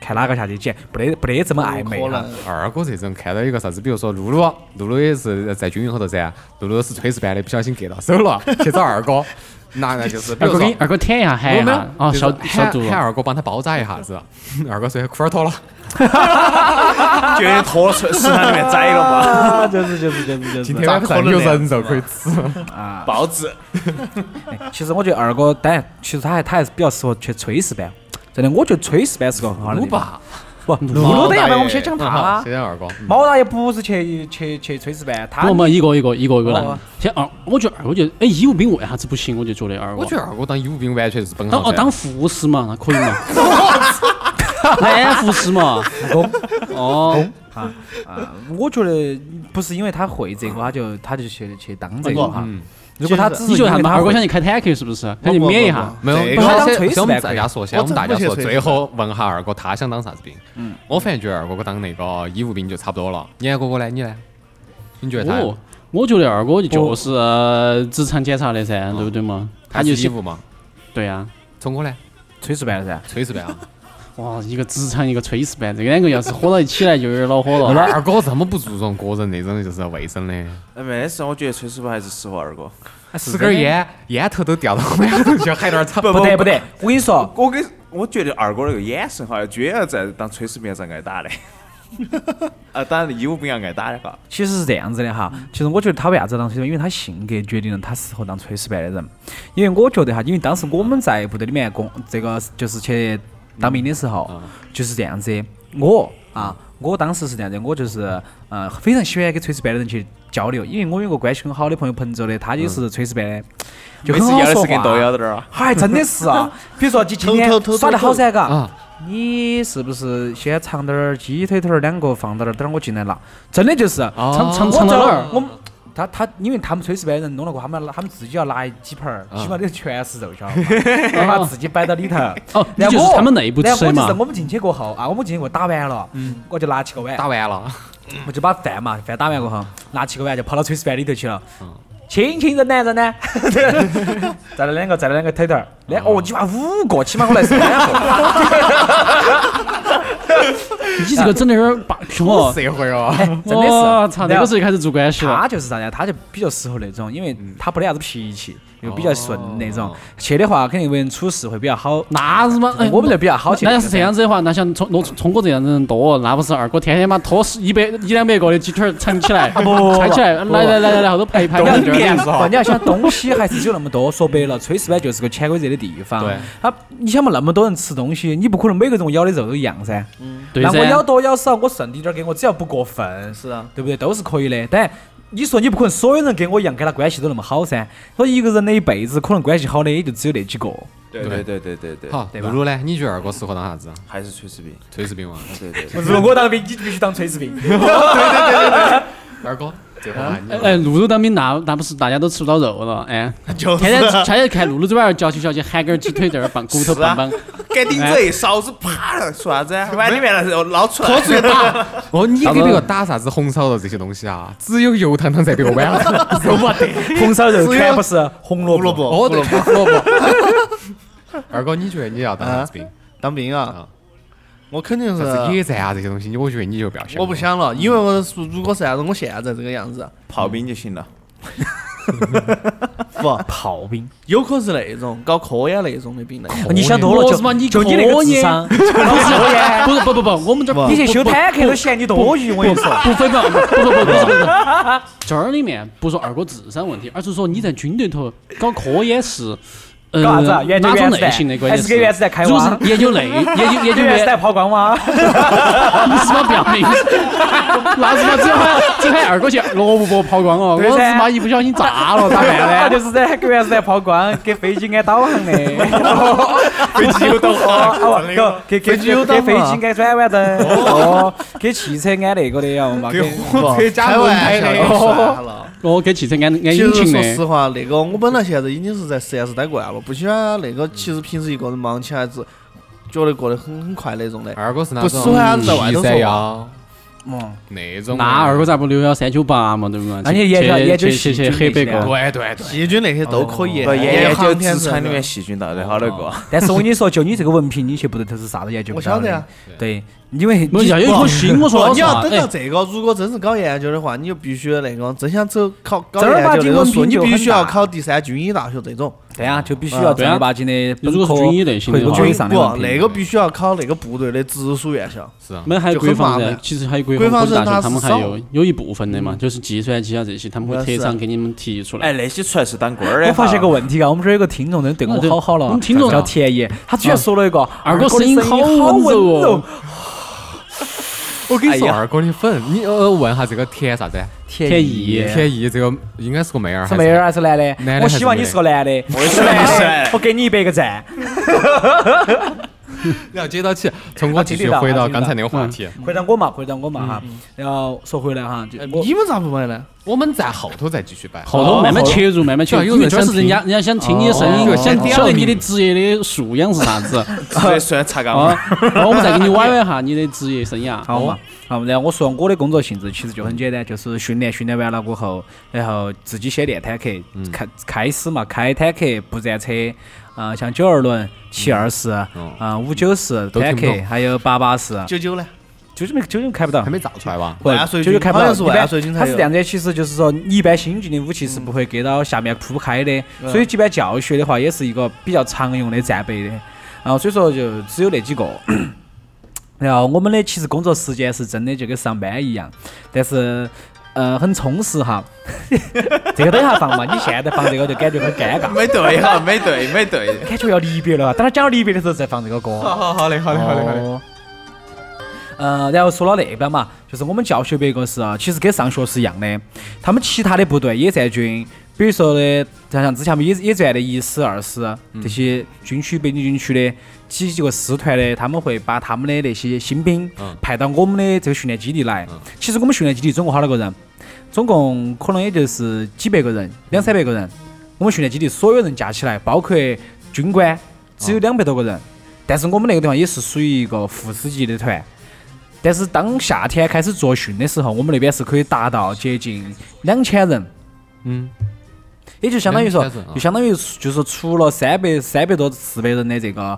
[SPEAKER 4] 看哪个下去捡，不得不得这么暧昧
[SPEAKER 6] 可
[SPEAKER 4] 哈。
[SPEAKER 6] 能
[SPEAKER 5] 二哥这种看到一个啥子，比如说露露，露露也是在军营后头噻，露露是炊事班的，不小心割到手了，去找二哥， 那那就是比
[SPEAKER 3] 二
[SPEAKER 5] 如
[SPEAKER 3] 哥给
[SPEAKER 5] 说
[SPEAKER 3] 你。二哥舔一下，
[SPEAKER 5] 没
[SPEAKER 3] 喊
[SPEAKER 5] 有
[SPEAKER 3] 一
[SPEAKER 5] 没有
[SPEAKER 3] 下，哦，
[SPEAKER 5] 就是
[SPEAKER 3] 消消
[SPEAKER 5] 喊
[SPEAKER 3] 毒
[SPEAKER 5] 喊
[SPEAKER 3] 了。
[SPEAKER 5] 二哥帮他包扎一下子，二哥说裤儿 脱了，
[SPEAKER 7] 觉得拖出食堂里面宰了
[SPEAKER 4] 啊，就是就是就是就是。
[SPEAKER 5] 今天晚上有人肉可以吃。
[SPEAKER 7] 嘛，包子。
[SPEAKER 4] 其实我觉得二哥，当然，其实他还他还是比较适合去炊事班。真的，我觉得炊事班是个很好的地
[SPEAKER 5] 撸
[SPEAKER 4] 方。
[SPEAKER 5] 吧，
[SPEAKER 4] 不，不，露露等一下嘛，我们先讲 他。
[SPEAKER 5] 先讲二哥，嗯
[SPEAKER 4] 猫大爷不是去去去炊事 班，他
[SPEAKER 3] 不不，一个一个一个一个来
[SPEAKER 4] 哦。
[SPEAKER 3] 先二，我觉得二，我觉得哎，医务兵为啥子不行？我就觉得二
[SPEAKER 5] 我
[SPEAKER 3] 个
[SPEAKER 5] 觉。得二哥当义务兵完全是本
[SPEAKER 3] 当
[SPEAKER 5] 行
[SPEAKER 3] 哦，
[SPEAKER 5] 噻
[SPEAKER 3] 当护士嘛，那可以嘛？男护士嘛，哦，
[SPEAKER 4] 啊，我觉得不是因为他会这个，他就他就去去当这个哈
[SPEAKER 5] 嗯。
[SPEAKER 4] 如果他只是
[SPEAKER 3] 你觉得
[SPEAKER 4] 因为
[SPEAKER 3] 他们
[SPEAKER 4] 他
[SPEAKER 3] 二哥
[SPEAKER 4] 会
[SPEAKER 3] 想去开坦克是不是？想去免一下。
[SPEAKER 5] 没有，
[SPEAKER 6] 这个
[SPEAKER 5] 不是
[SPEAKER 4] 他当
[SPEAKER 5] 先
[SPEAKER 4] 锤
[SPEAKER 5] 先我
[SPEAKER 4] 子
[SPEAKER 5] 们
[SPEAKER 4] 呗
[SPEAKER 5] 大家说，先
[SPEAKER 6] 我
[SPEAKER 5] 我
[SPEAKER 6] 真
[SPEAKER 5] 们大家
[SPEAKER 6] 不去
[SPEAKER 5] 说，
[SPEAKER 6] 锤
[SPEAKER 5] 最
[SPEAKER 6] 子
[SPEAKER 5] 后问下二哥他想当啥子兵？嗯，我反正觉得二哥哥当那个义务兵就差不多了。你看哥哥呢？你呢？你觉得他
[SPEAKER 3] 哦，我觉得二哥就是呃职场检查的噻，对不对嘛？
[SPEAKER 5] 他
[SPEAKER 3] 他
[SPEAKER 5] 是
[SPEAKER 3] 就
[SPEAKER 5] 义
[SPEAKER 3] 喜
[SPEAKER 5] 务嘛？
[SPEAKER 3] 对啊，
[SPEAKER 5] 聪哥呢？
[SPEAKER 4] 炊事班了噻。
[SPEAKER 5] 炊事班 啊？
[SPEAKER 3] 哇，一个职场一个炊事班，这两个要是火到一起来就有点恼火
[SPEAKER 5] 我
[SPEAKER 3] 了。
[SPEAKER 5] 那二哥这么不注重个人那种就是卫生的，
[SPEAKER 7] 哎，没事，我觉得崔师傅还是适合二哥。
[SPEAKER 5] 吃根烟，烟头都掉到我们头去，还有 点吵。
[SPEAKER 4] 不得不得，我跟你说，
[SPEAKER 7] 我跟我觉得二哥那个眼神哈，绝要在当炊事班上挨打的。啊，当然义务兵要挨打的哈。
[SPEAKER 4] 其实是这样子的哈，其实我觉得他为啥子当炊事班，因为他性格决定了他适合当炊事班的人。因为我觉得哈，因为当时我们在部队里面工，这个就是去当兵的时候，
[SPEAKER 7] 嗯
[SPEAKER 4] 就是这样子。我啊，我当时是这样子，我就是呃非常喜欢跟炊事班的人去交流，因为我有个关系很好的朋友彭州的，他也是炊事班的，就
[SPEAKER 7] 嗯每
[SPEAKER 4] 很
[SPEAKER 7] 次
[SPEAKER 4] 好
[SPEAKER 7] 要的
[SPEAKER 4] 说
[SPEAKER 7] 事情都
[SPEAKER 4] 话
[SPEAKER 7] 要。点儿啊。
[SPEAKER 4] 嗨，真的是 啊！比如说，今今天
[SPEAKER 6] 偷偷偷
[SPEAKER 4] 耍得好噻，嘎
[SPEAKER 5] 啊，
[SPEAKER 4] 你是不是先尝点儿鸡腿头儿两个放到那儿，等会儿我进来拿？真的就是，
[SPEAKER 3] 尝尝
[SPEAKER 4] 我
[SPEAKER 3] 尝到
[SPEAKER 4] 这
[SPEAKER 3] 哪
[SPEAKER 4] 儿
[SPEAKER 3] 儿？
[SPEAKER 4] 我们他他，因为他们炊事班人弄了过，他们他们自己要拿几盘
[SPEAKER 3] 啊
[SPEAKER 4] 儿，起码里头全是肉，晓得吧？ 然后把自己摆到里头。
[SPEAKER 3] 哦，你
[SPEAKER 4] 然
[SPEAKER 3] 就
[SPEAKER 4] 后
[SPEAKER 3] 是
[SPEAKER 4] 我
[SPEAKER 3] 他们内部
[SPEAKER 4] 然
[SPEAKER 3] 吃
[SPEAKER 4] 后我
[SPEAKER 3] 的
[SPEAKER 4] 就
[SPEAKER 3] 嘛？
[SPEAKER 4] 是
[SPEAKER 3] 嗯
[SPEAKER 4] 我们进去过后啊，我们进去过后打完了，我就拿起个碗，
[SPEAKER 5] 打完了，
[SPEAKER 4] 我就把饭嘛饭打完过后，拿起个碗就跑到炊事班里头去了。
[SPEAKER 5] 嗯
[SPEAKER 4] 亲亲人呢人呢， 再来两个，再来两个腿腿儿，
[SPEAKER 5] 嗯
[SPEAKER 4] 两哦，起码五个，起码我来三个。
[SPEAKER 3] 你这个整的有点霸气哦！
[SPEAKER 5] 社会 哦，
[SPEAKER 4] 哎真的
[SPEAKER 3] 哇
[SPEAKER 4] 是，
[SPEAKER 3] 操，那个时候就开始做关系了
[SPEAKER 4] 他。就是啥呢？他就比较适合那种，因为他不得啥子脾气，又比较顺那种
[SPEAKER 5] 嗯哦。
[SPEAKER 4] 去的话，肯定为人处事会比较好。
[SPEAKER 3] 那是嘛？哎
[SPEAKER 4] 我们这比较好去
[SPEAKER 3] 那要是这样子的话，那像聪罗聪哥这样的人多，哦那不是二哥天天把拖十一百一两百个的鸡腿儿藏起来，藏起来，来来来来来，后头排一排，
[SPEAKER 4] 你
[SPEAKER 3] 这样
[SPEAKER 4] 要
[SPEAKER 3] 子
[SPEAKER 5] 哦
[SPEAKER 4] 不，你要想东西还是有那么多。说白了，炊事班就是个潜规则的地方。
[SPEAKER 5] 对，
[SPEAKER 4] 他你想嘛，那么多人吃东西，你不可能每个人我咬的肉都一样噻。
[SPEAKER 3] 对
[SPEAKER 4] 那我咬
[SPEAKER 3] 噻。
[SPEAKER 4] 多咬少，我剩滴点儿给我，只要不过分，
[SPEAKER 6] 是啊，
[SPEAKER 4] 对不对？都是可以的。但你说你不可能所有人跟我一样，跟他关系都那么好噻。所以一个人的一辈子，可能关系好的也就只有那几个。
[SPEAKER 7] 对对对对对对，
[SPEAKER 5] 好，
[SPEAKER 4] 对吧
[SPEAKER 5] 露露呢？你觉得二哥适合当啥子？
[SPEAKER 7] 还是炊事兵。
[SPEAKER 5] 炊事兵嘛。
[SPEAKER 7] 对对对，
[SPEAKER 4] 如果我当兵，你就必须当炊事兵。
[SPEAKER 5] 二哥，嗯最后
[SPEAKER 3] 哎哎，露露当兵那那不是大家都吃不到肉了？哎，天天天天看露露这边儿嚼起嚼起，喊根儿鸡腿在那儿棒骨头
[SPEAKER 7] 是啊
[SPEAKER 3] 棒棒，
[SPEAKER 7] 干顶子一勺子啪了，说啥子啊？碗里面那肉捞出来，
[SPEAKER 5] 出去打。哦，你给别个打啥子红烧肉这些东西啊？只有油汤汤在别个碗上， 肉没得。
[SPEAKER 4] 红烧肉全部是红萝卜。
[SPEAKER 5] 哦，对，胡萝卜。 二哥，你觉得你要当啥 子兵？
[SPEAKER 6] 当兵
[SPEAKER 5] 啊
[SPEAKER 6] 啊，我肯定
[SPEAKER 5] 啥子
[SPEAKER 6] 是
[SPEAKER 5] 野战啊这些东西，我觉得你就不要想。
[SPEAKER 6] 我不。想了，因为我是如果是按照我现在这个样子，
[SPEAKER 7] 炮兵就行了。
[SPEAKER 6] 不，
[SPEAKER 4] 炮兵，
[SPEAKER 6] 有可能是那种搞科研那种的兵来。
[SPEAKER 4] 你想多了
[SPEAKER 3] 我
[SPEAKER 4] 就是
[SPEAKER 3] 嘛你
[SPEAKER 4] 就你那
[SPEAKER 3] 可
[SPEAKER 4] 个
[SPEAKER 3] 以
[SPEAKER 4] 智商，
[SPEAKER 3] 不是不是不不不，我们这儿
[SPEAKER 4] 你去
[SPEAKER 3] 不
[SPEAKER 4] 修
[SPEAKER 3] 不
[SPEAKER 4] 坦克都嫌你多余，我跟你说。
[SPEAKER 3] 不分吧，不不不不不不，这儿里面不是说二哥智商问题，而是说你在军队头搞科研是，呃，
[SPEAKER 4] 搞啥子？研究
[SPEAKER 3] 哪种
[SPEAKER 4] 原子
[SPEAKER 3] 类型的
[SPEAKER 4] 弹，
[SPEAKER 3] 关
[SPEAKER 4] 还
[SPEAKER 3] 键
[SPEAKER 4] 是给原子弹开
[SPEAKER 3] 如果
[SPEAKER 4] 挖？
[SPEAKER 3] 是研究类，研究研究
[SPEAKER 4] 给原
[SPEAKER 3] 类，
[SPEAKER 4] 子 弹抛光吗？
[SPEAKER 3] 你是妈不要 命！那是妈只喊只喊二哥去萝卜包抛光哦，
[SPEAKER 4] 对
[SPEAKER 3] 我
[SPEAKER 4] 噻
[SPEAKER 3] 是妈一不小心炸了，咋
[SPEAKER 4] 咋办呢？
[SPEAKER 3] 办呢？
[SPEAKER 4] 就是在给原子弹抛光，给飞机安导航的。
[SPEAKER 7] 飞机有导 航，
[SPEAKER 4] 哦，不给给
[SPEAKER 6] 飞机有导
[SPEAKER 4] 给
[SPEAKER 6] 航
[SPEAKER 4] 飞机安转弯灯，哦，给汽车安那个的呀，我嘛，给
[SPEAKER 6] 不开玩笑的，算了。
[SPEAKER 3] 我给汽车安安
[SPEAKER 6] 其
[SPEAKER 3] 引
[SPEAKER 6] 实
[SPEAKER 3] 擎
[SPEAKER 6] 说实
[SPEAKER 3] 的，
[SPEAKER 6] 话，那个我本来现在已经是在实验室待惯了，不喜欢那个。其实平时一个人忙起来子，觉得过得很很快那种的。
[SPEAKER 5] 二哥是哪啊
[SPEAKER 6] 不喜欢在外头说
[SPEAKER 5] 三
[SPEAKER 6] 话。
[SPEAKER 5] 幺
[SPEAKER 4] 嗯，
[SPEAKER 5] 那 种。
[SPEAKER 3] 那二哥。咋不六幺三九八嘛，对不对？
[SPEAKER 4] 那你研究
[SPEAKER 3] 去
[SPEAKER 4] 研究
[SPEAKER 3] 去去去
[SPEAKER 4] 细菌
[SPEAKER 3] 黑白
[SPEAKER 4] 那些啊
[SPEAKER 3] 个，
[SPEAKER 5] 对对对。
[SPEAKER 6] 细菌那些都可以，
[SPEAKER 7] 不研研究
[SPEAKER 6] 航天
[SPEAKER 7] 职场
[SPEAKER 6] 生
[SPEAKER 7] 里
[SPEAKER 6] 的
[SPEAKER 7] 面，细菌到底好得过？
[SPEAKER 4] 哦但是我跟你说，就你这个文凭，你去部队头是啥都研究
[SPEAKER 6] 我
[SPEAKER 4] 不到
[SPEAKER 6] 晓
[SPEAKER 4] 的
[SPEAKER 6] 得呀。。
[SPEAKER 4] 对，因为
[SPEAKER 3] 没有要有一颗心，我说
[SPEAKER 6] 不，
[SPEAKER 3] 老
[SPEAKER 6] 你
[SPEAKER 3] 实
[SPEAKER 6] 要
[SPEAKER 3] 话，
[SPEAKER 6] 等
[SPEAKER 3] 哎
[SPEAKER 6] 到。这个，如果真是搞研究的话，你就必须那个真想走考搞
[SPEAKER 4] 正儿八
[SPEAKER 6] 研究
[SPEAKER 4] 经
[SPEAKER 6] 那种
[SPEAKER 4] 文凭
[SPEAKER 6] 书，你
[SPEAKER 4] 就
[SPEAKER 6] 必
[SPEAKER 4] 很
[SPEAKER 6] 须要
[SPEAKER 4] 大
[SPEAKER 6] 考第三军医大学这种。
[SPEAKER 4] 对啊，就必须要
[SPEAKER 3] 对
[SPEAKER 4] 正
[SPEAKER 3] 啊
[SPEAKER 4] 儿八经的本
[SPEAKER 3] 如果
[SPEAKER 4] 科
[SPEAKER 3] 是军医类型的
[SPEAKER 4] 回国
[SPEAKER 3] 话
[SPEAKER 4] 军以上的文
[SPEAKER 6] 不，
[SPEAKER 4] 凭
[SPEAKER 6] 那个必须要考那个部队的直属院校。
[SPEAKER 5] 是啊。
[SPEAKER 3] 没还有
[SPEAKER 6] 就
[SPEAKER 3] 国
[SPEAKER 6] 很
[SPEAKER 3] 防
[SPEAKER 6] 麻
[SPEAKER 3] 噻
[SPEAKER 6] 烦，
[SPEAKER 3] 其实还有国
[SPEAKER 6] 国防
[SPEAKER 3] 防科技
[SPEAKER 6] 生
[SPEAKER 3] 大学，
[SPEAKER 6] 它
[SPEAKER 3] 他们
[SPEAKER 6] 是
[SPEAKER 3] 还
[SPEAKER 6] 少
[SPEAKER 3] 有有一部分的嘛，就是计算机啊这些，他们会
[SPEAKER 6] 我
[SPEAKER 3] 特
[SPEAKER 6] 是啊
[SPEAKER 3] 长给你们提出
[SPEAKER 7] 哎，
[SPEAKER 3] 来。
[SPEAKER 7] 那些出来是当官儿的。
[SPEAKER 4] 我发现个，问题啊，我们这儿有个听众人对我好好了，
[SPEAKER 3] 我们听众啊
[SPEAKER 4] 叫田野，他居然说了一个
[SPEAKER 3] 二哥
[SPEAKER 4] 声
[SPEAKER 3] 声音
[SPEAKER 4] 音
[SPEAKER 3] 好
[SPEAKER 4] 温
[SPEAKER 3] 温柔啊
[SPEAKER 4] 柔
[SPEAKER 3] 哦，
[SPEAKER 5] 我跟你说，
[SPEAKER 4] 哎呀
[SPEAKER 5] 二哥的粉，你呃问下这个田啥子？
[SPEAKER 4] 天
[SPEAKER 5] 意，田意这个应该是个妹儿，
[SPEAKER 4] 是妹儿？还是男的
[SPEAKER 5] 男的？
[SPEAKER 4] 我
[SPEAKER 5] 还是
[SPEAKER 4] 希望
[SPEAKER 5] 女
[SPEAKER 4] 你
[SPEAKER 5] 的
[SPEAKER 4] 是个男的，我是男的， 我给你一百个赞。啊
[SPEAKER 5] 然后接到起，从我继
[SPEAKER 4] 嗯
[SPEAKER 5] 续回到刚才那个话题，
[SPEAKER 4] 回答我嘛，回答我嘛哈。然后说回来哈，就嗯哎我
[SPEAKER 6] 你们咋不买呢？
[SPEAKER 5] 我们在后头再继续摆。
[SPEAKER 3] 后头慢慢切入，慢慢切入，
[SPEAKER 5] 对有
[SPEAKER 3] 因为
[SPEAKER 5] 人
[SPEAKER 3] 这
[SPEAKER 5] 想
[SPEAKER 3] 是人家人家想听你的声音
[SPEAKER 5] 哦，想
[SPEAKER 3] 不
[SPEAKER 5] 点
[SPEAKER 3] 晓得
[SPEAKER 5] 你
[SPEAKER 3] 你的职业的素养是啥子。
[SPEAKER 7] 这算查岗
[SPEAKER 3] 哦
[SPEAKER 7] 吗？，
[SPEAKER 3] 然后我们再给你歪歪哈你的职业生涯。
[SPEAKER 4] 好嘛，好，然后我说我的工作性质其实就很简单，就是训练，训练完了过后，然后自己写练坦克，
[SPEAKER 5] 嗯
[SPEAKER 4] 开开始嘛，开坦克不战车，啊，像九二轮、七二四，啊，五九四
[SPEAKER 5] 嗯哦都
[SPEAKER 4] 坦
[SPEAKER 5] 听不
[SPEAKER 4] 克
[SPEAKER 5] 懂，
[SPEAKER 4] 还有八八四，
[SPEAKER 6] 九九呢？
[SPEAKER 4] 九九没九九开不到
[SPEAKER 5] 还。没造出来吧？
[SPEAKER 4] 不
[SPEAKER 6] 万岁
[SPEAKER 4] 九九
[SPEAKER 6] 军
[SPEAKER 4] 开不
[SPEAKER 6] 好
[SPEAKER 4] 到，
[SPEAKER 6] 像是
[SPEAKER 4] 一般
[SPEAKER 6] 万岁军才
[SPEAKER 4] 它是
[SPEAKER 6] 有
[SPEAKER 4] 这样子的，其实就是说，你一般新进的武器是不会给到下面铺开的，
[SPEAKER 6] 嗯
[SPEAKER 4] 所
[SPEAKER 6] 啊
[SPEAKER 4] 以基本教学的话也是一个比较常用的战备的，然后所以说就只有那几个。 然后我们的其实工作时间是真的就跟上班一样，但是呃很充实哈。 这个等一下放嘛，你现在放这个就感觉很尴尬，
[SPEAKER 7] 没对哈，没对，没对。
[SPEAKER 4] 感觉要离别了啊。等他讲到离别的时候再放这个歌。
[SPEAKER 5] 好好好嘞，好嘞，好嘞，好嘞。
[SPEAKER 4] 哦。呃，然后说到那边嘛，就是我们教学别个是啊，其实跟上学是一样的。他们其他的部队野战军，比如说的，像像之前我们野野战的一师、二师
[SPEAKER 5] 嗯
[SPEAKER 4] 这些军区、北京军区的几几个师团的，他们会把他们的那些新兵
[SPEAKER 5] 嗯
[SPEAKER 4] 派到我们的这个训练基地来
[SPEAKER 5] 嗯。
[SPEAKER 4] 其实我们训练基地总共好多个人？总共可能也就是几百个人，两三百个人。我们训练基地所有人加起来，包括军官，只有两百多个人。但是我们那个地方也是属于一个副师级的团。但是当夏天开始做训的时候，我们那边是可以达到接近两千人，
[SPEAKER 5] 嗯，
[SPEAKER 4] 也就相当于说
[SPEAKER 5] 2000人啊，
[SPEAKER 4] 就相当于就是说除了三百三百多四百人的这个，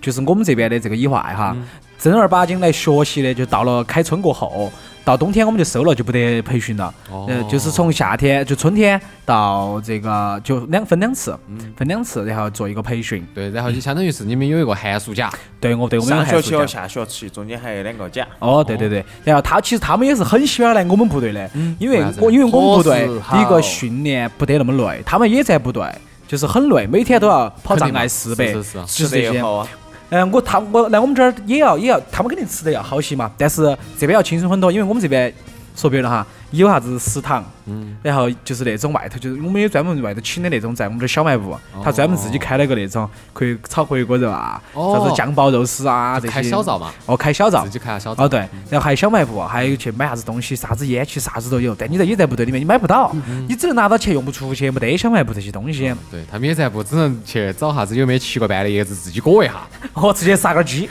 [SPEAKER 4] 就是我们这边的这个以外哈，
[SPEAKER 5] 嗯
[SPEAKER 4] 正儿八经来学习的，就到了开春过后，到冬天我们就收了，就不得培训了。呃，就是从夏天就春天到这个就两分两次，分两次，然后做一个培训。
[SPEAKER 5] 对，然后就相当于是你们有一个寒暑假，
[SPEAKER 4] 对我对我们有
[SPEAKER 7] 上
[SPEAKER 4] 寒
[SPEAKER 7] 学
[SPEAKER 4] 暑
[SPEAKER 7] 期
[SPEAKER 4] 假
[SPEAKER 7] 和。下学期中间还有两个假，
[SPEAKER 4] 哦，对对对，然后他其实他们也是很喜欢来我们部队的，因为
[SPEAKER 5] 为啥子
[SPEAKER 4] 我因为我们部队
[SPEAKER 6] 伙食好
[SPEAKER 4] 第一个训练不得那么累，他们也在部队就是很累，每天都要跑
[SPEAKER 5] 肯定
[SPEAKER 4] 障
[SPEAKER 5] 嘛
[SPEAKER 4] 碍四百，
[SPEAKER 5] 是是是
[SPEAKER 4] 就是
[SPEAKER 7] 得
[SPEAKER 4] 这
[SPEAKER 7] 也
[SPEAKER 4] 些。
[SPEAKER 7] 好啊。
[SPEAKER 4] 嗯，我他我来我们这儿也要也要，他们肯定吃的要好些嘛，但是这边要轻松很多，因为我们这边说白了哈，有啥子食堂，
[SPEAKER 5] 嗯
[SPEAKER 4] 然后就是那种外头就是我们有专门外头请的那种，在我们这儿小卖部，他专门自己开了个那种可以炒回锅肉啊，啥子
[SPEAKER 5] 哦
[SPEAKER 4] 酱爆肉丝啊这些，
[SPEAKER 5] 开小灶嘛，
[SPEAKER 4] 哦开小灶
[SPEAKER 5] 自，己开下小灶。
[SPEAKER 4] 哦，对，然后还有小卖部，还有去买啥子东西，啥子烟气啥子都有，但你在也在部队里面你买不到，
[SPEAKER 5] 嗯
[SPEAKER 4] 你只能拿到钱用不出去，没得小卖部这些东西，
[SPEAKER 5] 对他们也在不只能去找啥子有没有七个半的叶子自己裹 一下，
[SPEAKER 4] 我直接杀根儿鸡。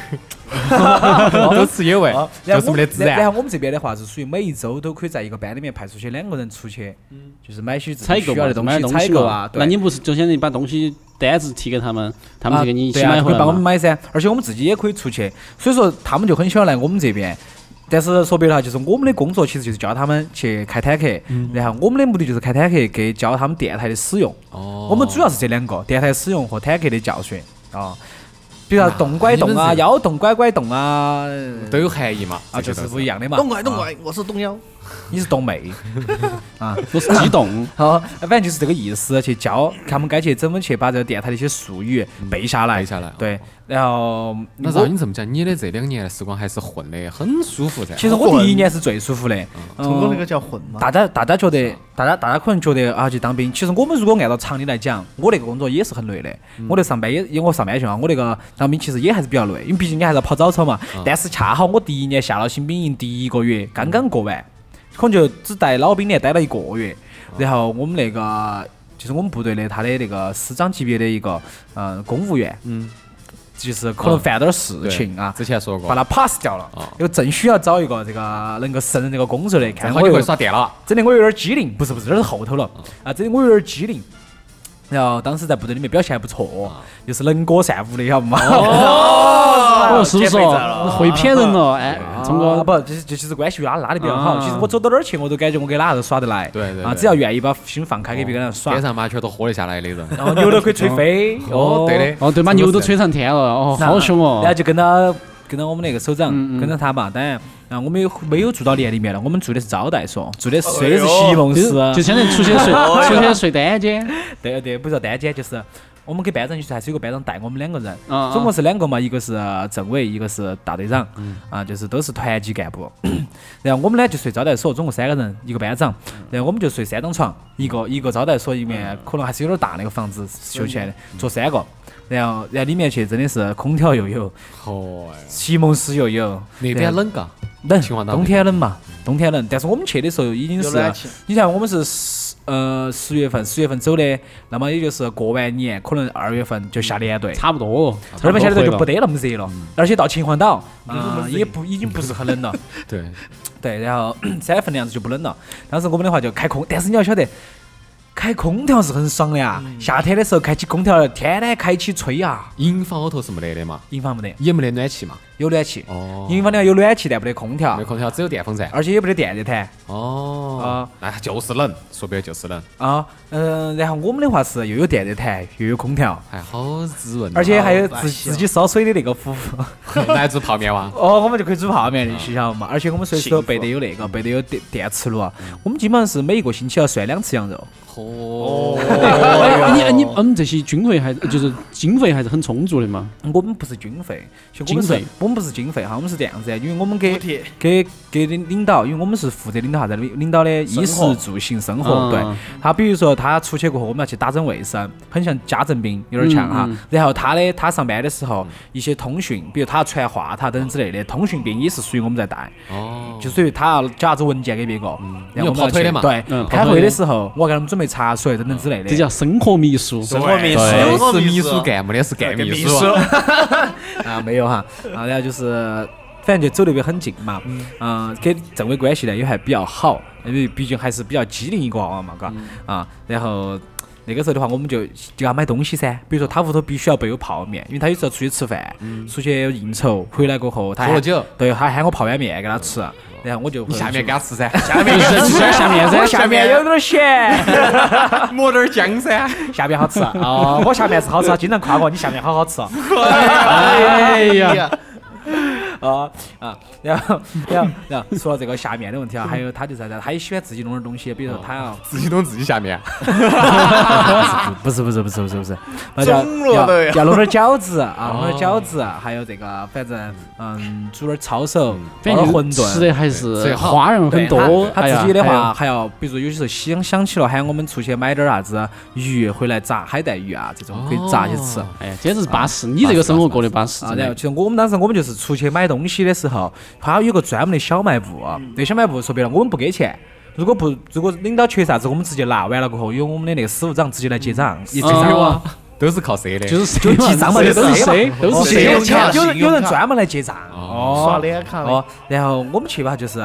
[SPEAKER 5] 都吃野味
[SPEAKER 4] 啊，然 后
[SPEAKER 5] 就是
[SPEAKER 4] 我
[SPEAKER 5] 没得
[SPEAKER 4] 们
[SPEAKER 5] 孜
[SPEAKER 4] 然
[SPEAKER 5] 然
[SPEAKER 4] 后。我们这边的话是属于每一周都可以在一个班里面派出去两个人出去，
[SPEAKER 5] 嗯
[SPEAKER 4] 就是买些自
[SPEAKER 3] 采
[SPEAKER 4] 己
[SPEAKER 3] 购
[SPEAKER 4] 需要
[SPEAKER 3] 嘛
[SPEAKER 4] 的东
[SPEAKER 3] 买
[SPEAKER 4] 西，
[SPEAKER 3] 东
[SPEAKER 4] 采
[SPEAKER 3] 西
[SPEAKER 4] 购
[SPEAKER 3] 嘛
[SPEAKER 4] 啊，对
[SPEAKER 3] 那你不是就相当于把东西单子提给他们，他们就给你一起
[SPEAKER 4] 啊对
[SPEAKER 3] 买
[SPEAKER 4] 啊
[SPEAKER 3] 回来
[SPEAKER 4] 会帮我们
[SPEAKER 3] 嘛？
[SPEAKER 4] 买噻，而且我们自己也可以出去，所以说他们就很喜欢来我们这边。但是说白了哈，就是我们的工作其实就是教他们去开坦克，
[SPEAKER 5] 嗯
[SPEAKER 4] 然后我们的目的就是开坦克给教他们电台的使用。
[SPEAKER 5] 哦
[SPEAKER 4] 我们主要是这两个，电台使用和坦克的教学啊，比如说动拐
[SPEAKER 5] 你们
[SPEAKER 4] 动啊，
[SPEAKER 5] 是
[SPEAKER 4] 腰动拐拐动啊，
[SPEAKER 5] 都有含义嘛，
[SPEAKER 4] 啊就
[SPEAKER 5] 这些
[SPEAKER 4] 是
[SPEAKER 5] 都
[SPEAKER 4] 不一。样的嘛。
[SPEAKER 6] 懂怪懂
[SPEAKER 4] 啊
[SPEAKER 6] 怪，我是懂妖。
[SPEAKER 4] 你是懂妹啊，，
[SPEAKER 3] 都是激动
[SPEAKER 4] 好，反正就是这个意思，去教他们该去怎么去把这个电台的一些术语背下来，
[SPEAKER 5] 嗯背下来哦
[SPEAKER 4] 对，然后
[SPEAKER 5] 那
[SPEAKER 4] 我
[SPEAKER 5] 照你这么讲，你的这两年的时光还是混的很舒服噻。
[SPEAKER 4] 其实我第一年是最舒服的，
[SPEAKER 6] 成功那
[SPEAKER 4] 嗯，
[SPEAKER 6] 个叫混嘛。
[SPEAKER 4] 大家大家觉
[SPEAKER 5] 啊
[SPEAKER 4] 得，大家大家可能觉得啊去当兵，其实我们如果按照常理来讲，我那个工作也是很累的，
[SPEAKER 5] 嗯
[SPEAKER 4] 我那上班也也我上班去啊，我那个当兵其实也还是比较累，因为毕竟你还是要跑早操嘛。
[SPEAKER 5] 嗯
[SPEAKER 4] 但是恰好我第一年下了新兵营第一个月刚刚过完，可能就只带老兵连待了一个月，
[SPEAKER 5] 嗯
[SPEAKER 4] 然后我们那个就是我们部队的他的那个师长级别的一个嗯公务员，
[SPEAKER 5] 嗯，
[SPEAKER 4] 就是可能犯点儿事
[SPEAKER 5] 对
[SPEAKER 4] 情啊，
[SPEAKER 5] 之前说过
[SPEAKER 4] 把，他 pass 掉了
[SPEAKER 5] 哦，
[SPEAKER 4] 因为正需要找一个这个能够胜任这个工作的，看
[SPEAKER 5] 然
[SPEAKER 4] 我
[SPEAKER 5] 后你
[SPEAKER 4] 又
[SPEAKER 5] 嗯会耍哦电了。
[SPEAKER 4] 真的我有点机灵，不是不是，这是后头了啊，真的我有点机灵。然后当时在部队里面表现还不错，
[SPEAKER 5] 啊
[SPEAKER 4] 又是能歌善舞的，晓得吗？
[SPEAKER 3] 哦，是不是
[SPEAKER 7] 减肥在了
[SPEAKER 3] 哦会骗人了？哎，聪
[SPEAKER 4] 啊
[SPEAKER 3] 哥，
[SPEAKER 4] 不，就是就其实关系拉拉的比较好。其实我走到哪儿去，我都感觉我跟哪个都耍得来。
[SPEAKER 5] 啊对
[SPEAKER 4] 啊，
[SPEAKER 5] 对对哦
[SPEAKER 4] 只要愿意把心放开给别个人哦耍
[SPEAKER 5] 天，上麻雀都喝得下来的人。
[SPEAKER 4] 然后牛都可以吹飞。
[SPEAKER 5] 哦，对的。
[SPEAKER 3] 哦，对，把牛都吹上天了，哦，
[SPEAKER 4] 啊
[SPEAKER 3] 好凶哦
[SPEAKER 4] 然后！就跟到跟到我们那个首长，
[SPEAKER 5] 嗯
[SPEAKER 4] 跟着他嘛。当然，然后我们有没有住到连里面了，我们住的是招待所，住
[SPEAKER 5] 哎
[SPEAKER 4] 的是睡的是席 梦
[SPEAKER 3] 就是
[SPEAKER 4] 思，
[SPEAKER 3] 就相当于出去睡，出去睡单间，
[SPEAKER 4] 对对，不叫单间，就是我们给班长去还是有个班长带我们两个人，
[SPEAKER 3] 啊
[SPEAKER 4] 总共是两个嘛，一个是政委，一个是大队长，啊，就是都是团级干部。 然后我们呢就睡招待所，总共三个人，一个班长，然后我们就睡三张床，一个一个招待所里面可能还是有点大那个房子修起来的，坐三个。然后，然后里面去真的是空调又有，
[SPEAKER 5] 哦，
[SPEAKER 4] 席梦思又有，
[SPEAKER 5] 那
[SPEAKER 4] 然
[SPEAKER 5] 边
[SPEAKER 4] 后
[SPEAKER 5] 冷啊嘎，
[SPEAKER 4] 冷
[SPEAKER 5] 秦皇，岛那
[SPEAKER 4] 冬天冷嘛，冬天冷。但是我们去的时候已经
[SPEAKER 6] 有
[SPEAKER 4] 是
[SPEAKER 6] 暖气，
[SPEAKER 4] 你像我们是十呃十月份十月份走的，那么也就是过完年，可能二月份就下连队。
[SPEAKER 3] 差不多了，
[SPEAKER 4] 二月份下连队
[SPEAKER 3] 回
[SPEAKER 4] 就
[SPEAKER 3] 吧
[SPEAKER 4] 不得那么热了，而且到秦皇岛，嗯，也不已经不是很冷了。
[SPEAKER 5] 对，
[SPEAKER 4] 对，然后三月份的样子就不冷了。当时我们的话就开空，但是你要晓得，开空调是很爽的呀。夏天的时候开起空调，天天开起吹呀，
[SPEAKER 5] 营房后头是没得的嘛，
[SPEAKER 4] 营房没得，
[SPEAKER 5] 也没得暖气嘛，
[SPEAKER 4] 有暖气。
[SPEAKER 5] 哦，
[SPEAKER 4] 营房里面有暖气，但没得空调
[SPEAKER 5] 没，空调，只有电风扇。
[SPEAKER 4] 而且也没得电热毯。
[SPEAKER 5] 哦
[SPEAKER 4] 啊，
[SPEAKER 5] 那就是冷，说白了就是冷，
[SPEAKER 4] 啊，嗯、然后我们的话是又有电热毯，又有空调，
[SPEAKER 5] 还好啊滋润。
[SPEAKER 4] 嗯而且还有自自己烧水的那个壶。
[SPEAKER 5] 来自泡面哇，
[SPEAKER 4] 哦，我们就可以煮泡面的，晓得嘛？而且我们随手备的有那个，备的有电电磁炉啊。
[SPEAKER 3] 嗯
[SPEAKER 4] 我们基本上是每一个星期要涮两次羊肉。
[SPEAKER 5] 哦，
[SPEAKER 3] 哎你你嗯，这些军费还是就是经费还是很充足的嘛。
[SPEAKER 4] 我们不是军费，其实我
[SPEAKER 3] 经
[SPEAKER 4] 们是
[SPEAKER 3] 费，
[SPEAKER 4] 我们不是经费哈，我们是这样子的，因为我们给
[SPEAKER 6] 补贴
[SPEAKER 4] 给给领领导，因为我们是负责领导啥子的，领导的衣食住行生活，
[SPEAKER 3] 嗯
[SPEAKER 4] 对。他比如说他出去过后，我们要去打整卫生，很像家政兵，有点像哈
[SPEAKER 3] 嗯嗯。嗯
[SPEAKER 4] 然后他的他上班的时候，一些通讯，比如他要传话他等等之类的，通讯兵也是属于我们在带。
[SPEAKER 5] 哦，嗯
[SPEAKER 4] 就属于他要交啥子文件给别个，然后我
[SPEAKER 5] 你要
[SPEAKER 4] 们
[SPEAKER 5] 跑
[SPEAKER 4] 要
[SPEAKER 5] 腿的
[SPEAKER 4] 去
[SPEAKER 5] 嘛
[SPEAKER 4] 对
[SPEAKER 3] 嗯，跑
[SPEAKER 4] 开
[SPEAKER 3] 腿
[SPEAKER 4] 会
[SPEAKER 3] 的
[SPEAKER 4] 的时候我要给他们准备茶水等等之类的。
[SPEAKER 3] 这叫生活秘书。
[SPEAKER 6] 生活秘
[SPEAKER 5] 对
[SPEAKER 6] 书，
[SPEAKER 5] 是秘书干，没得是干秘
[SPEAKER 6] 秘
[SPEAKER 5] 书。
[SPEAKER 4] 啊，没有哈，啊，然后就是反正就走得也很近嘛，嗯、跟政委关系呢也还比较好，因为毕竟还是比较机灵一个娃娃嘛，嘎、
[SPEAKER 5] 嗯
[SPEAKER 4] 啊，然后。那个时候的话，我们就就给他买东西噻，比如说他屋头必须要备有泡面，因为他有时候出去吃饭，出去应酬，回来过后他
[SPEAKER 5] 嗯喝了
[SPEAKER 4] 还
[SPEAKER 5] 酒嗯
[SPEAKER 4] 对，他喊我泡碗面给他吃，然后我就
[SPEAKER 5] 你下面给
[SPEAKER 4] 给
[SPEAKER 5] 他吃噻，
[SPEAKER 4] 下面 下面噻，下面有点咸。
[SPEAKER 5] 抹点儿姜噻。
[SPEAKER 4] 下面好 吃啊哦，我下面是好吃，他经常夸我，你下面好好吃啊。
[SPEAKER 3] 哎呀，
[SPEAKER 4] 啊啊，然后然后然后说到这个下面的问题啊， 还有他就是啥子，他也喜欢自己弄点东西，比
[SPEAKER 3] 哦
[SPEAKER 4] 如说他要
[SPEAKER 5] 自己弄自己下面，
[SPEAKER 3] 啊
[SPEAKER 4] 不是不是不是不是 不是，那叫要要弄点饺子啊，弄
[SPEAKER 3] 哦
[SPEAKER 4] 点饺子，还有这个反正嗯煮点抄手，
[SPEAKER 3] 反
[SPEAKER 4] 包点
[SPEAKER 3] 正
[SPEAKER 4] 馄饨，
[SPEAKER 3] 吃的还
[SPEAKER 5] 最
[SPEAKER 3] 是
[SPEAKER 5] 好
[SPEAKER 3] 花样很多。
[SPEAKER 4] 他
[SPEAKER 3] 哎呀
[SPEAKER 4] 自己的
[SPEAKER 3] 还有
[SPEAKER 4] 话还要，比如说有些时候想想起了喊我们出去买点啥子鱼回来炸海带鱼啊这种可以炸去吃。
[SPEAKER 3] 哎，简直是巴适！你这个生活过得巴适，
[SPEAKER 4] 啊，
[SPEAKER 3] 真
[SPEAKER 4] 然后
[SPEAKER 3] 的。
[SPEAKER 4] 其实我们当时我们就是出去买东西的时候，他有个专门的小卖部，啊那小卖部说白了我们不给钱。如果不，如果领导缺啥子，我们直接拿完了过后，由我们的那个司务长直接来结账，一结账
[SPEAKER 3] 啊，
[SPEAKER 5] 哦都是靠赊的。
[SPEAKER 3] 就是谁
[SPEAKER 4] 就
[SPEAKER 3] 嘛
[SPEAKER 4] 记账嘛，
[SPEAKER 3] 谁
[SPEAKER 4] 就
[SPEAKER 3] 都是
[SPEAKER 4] 谁
[SPEAKER 3] 谁，
[SPEAKER 4] 嘛哦
[SPEAKER 3] 都是
[SPEAKER 6] 谁
[SPEAKER 3] 谁。
[SPEAKER 4] 有
[SPEAKER 6] 信用卡
[SPEAKER 4] 有人
[SPEAKER 6] 信用
[SPEAKER 4] 有
[SPEAKER 6] 卡
[SPEAKER 4] 人专门来结账，
[SPEAKER 5] 哦
[SPEAKER 6] 刷脸卡的
[SPEAKER 4] 哦，然后我们去吧，就是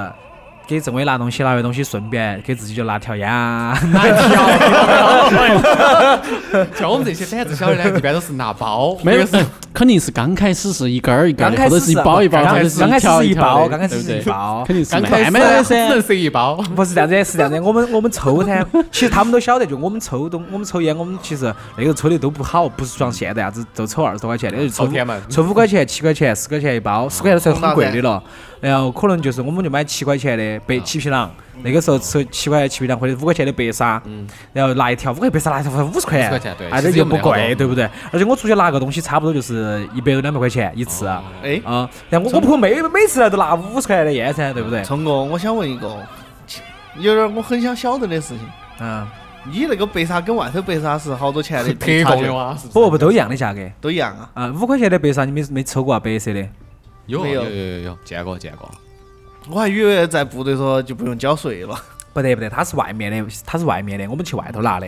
[SPEAKER 4] 给政委拿东西，拿完东西顺便给自己就拿条烟啊，
[SPEAKER 5] 像我们这些胆子小的呢，一般都是拿包，
[SPEAKER 4] 啊
[SPEAKER 3] 没有哎
[SPEAKER 5] 或者是，
[SPEAKER 3] 肯定是刚开始是一根儿一根儿
[SPEAKER 4] 刚
[SPEAKER 3] 的，
[SPEAKER 4] 开
[SPEAKER 3] 或
[SPEAKER 4] 始
[SPEAKER 3] 者是一包一包，
[SPEAKER 4] 刚
[SPEAKER 3] 或
[SPEAKER 4] 开
[SPEAKER 3] 者
[SPEAKER 4] 始刚
[SPEAKER 3] 一
[SPEAKER 4] 开
[SPEAKER 3] 条
[SPEAKER 4] 始一
[SPEAKER 3] 条
[SPEAKER 4] 包，
[SPEAKER 3] 的，
[SPEAKER 4] 刚开始
[SPEAKER 3] 对不
[SPEAKER 4] 是一
[SPEAKER 3] 对？
[SPEAKER 4] 包，
[SPEAKER 3] 肯定是啊
[SPEAKER 5] 刚开
[SPEAKER 3] 慢
[SPEAKER 5] 始
[SPEAKER 3] 慢的噻
[SPEAKER 5] 只。能塞 一包。
[SPEAKER 4] 不是这样子，是这样子，我们我们抽 噻，其实他们都晓得，就我们抽东，我们抽烟，我们其实那个抽的都不好，不是像现在啥子都抽二十多块钱的，那就抽
[SPEAKER 5] 抽嗯天门嗯
[SPEAKER 4] 五抽五块钱、七块钱、十块钱一包，十块钱算很贵的了。然后可能就是我们就买七块钱
[SPEAKER 5] 嗯
[SPEAKER 4] 的白七皮囊，那个时候吃七块钱七皮囊或者五块钱的白沙，然后拿一条五块白沙拿一条五十块，
[SPEAKER 5] 50块钱对
[SPEAKER 4] 哎，
[SPEAKER 5] 其
[SPEAKER 4] 这
[SPEAKER 5] 实
[SPEAKER 4] 就
[SPEAKER 5] 也
[SPEAKER 4] 不
[SPEAKER 5] 没好多
[SPEAKER 4] 贵，对不对？而且我出去拿个东西差不多就是一百两百块钱一次。
[SPEAKER 6] 哎，
[SPEAKER 5] 哦
[SPEAKER 4] 啊，然后我我不可能每每次来都拿五十块钱的烟噻，对不对？
[SPEAKER 6] 聪哥，我想问一个，有点我很想晓得的事情，
[SPEAKER 4] 嗯，
[SPEAKER 6] 你那个白沙跟外头白沙是好多钱的
[SPEAKER 5] 特
[SPEAKER 6] 差
[SPEAKER 5] 供
[SPEAKER 6] 距
[SPEAKER 5] 的？哇，是不是
[SPEAKER 4] 不不都一样的价格。
[SPEAKER 6] 都一样啊。
[SPEAKER 4] 啊，五块钱的白沙你没没抽过啊？白色的，
[SPEAKER 5] 有
[SPEAKER 6] 没
[SPEAKER 5] 有
[SPEAKER 6] 有
[SPEAKER 5] 有有有见过见过。
[SPEAKER 6] 我还以为在部队说就不用交税了。
[SPEAKER 4] 不得不得，它是外面的，它是外面的，我们去外头拿的。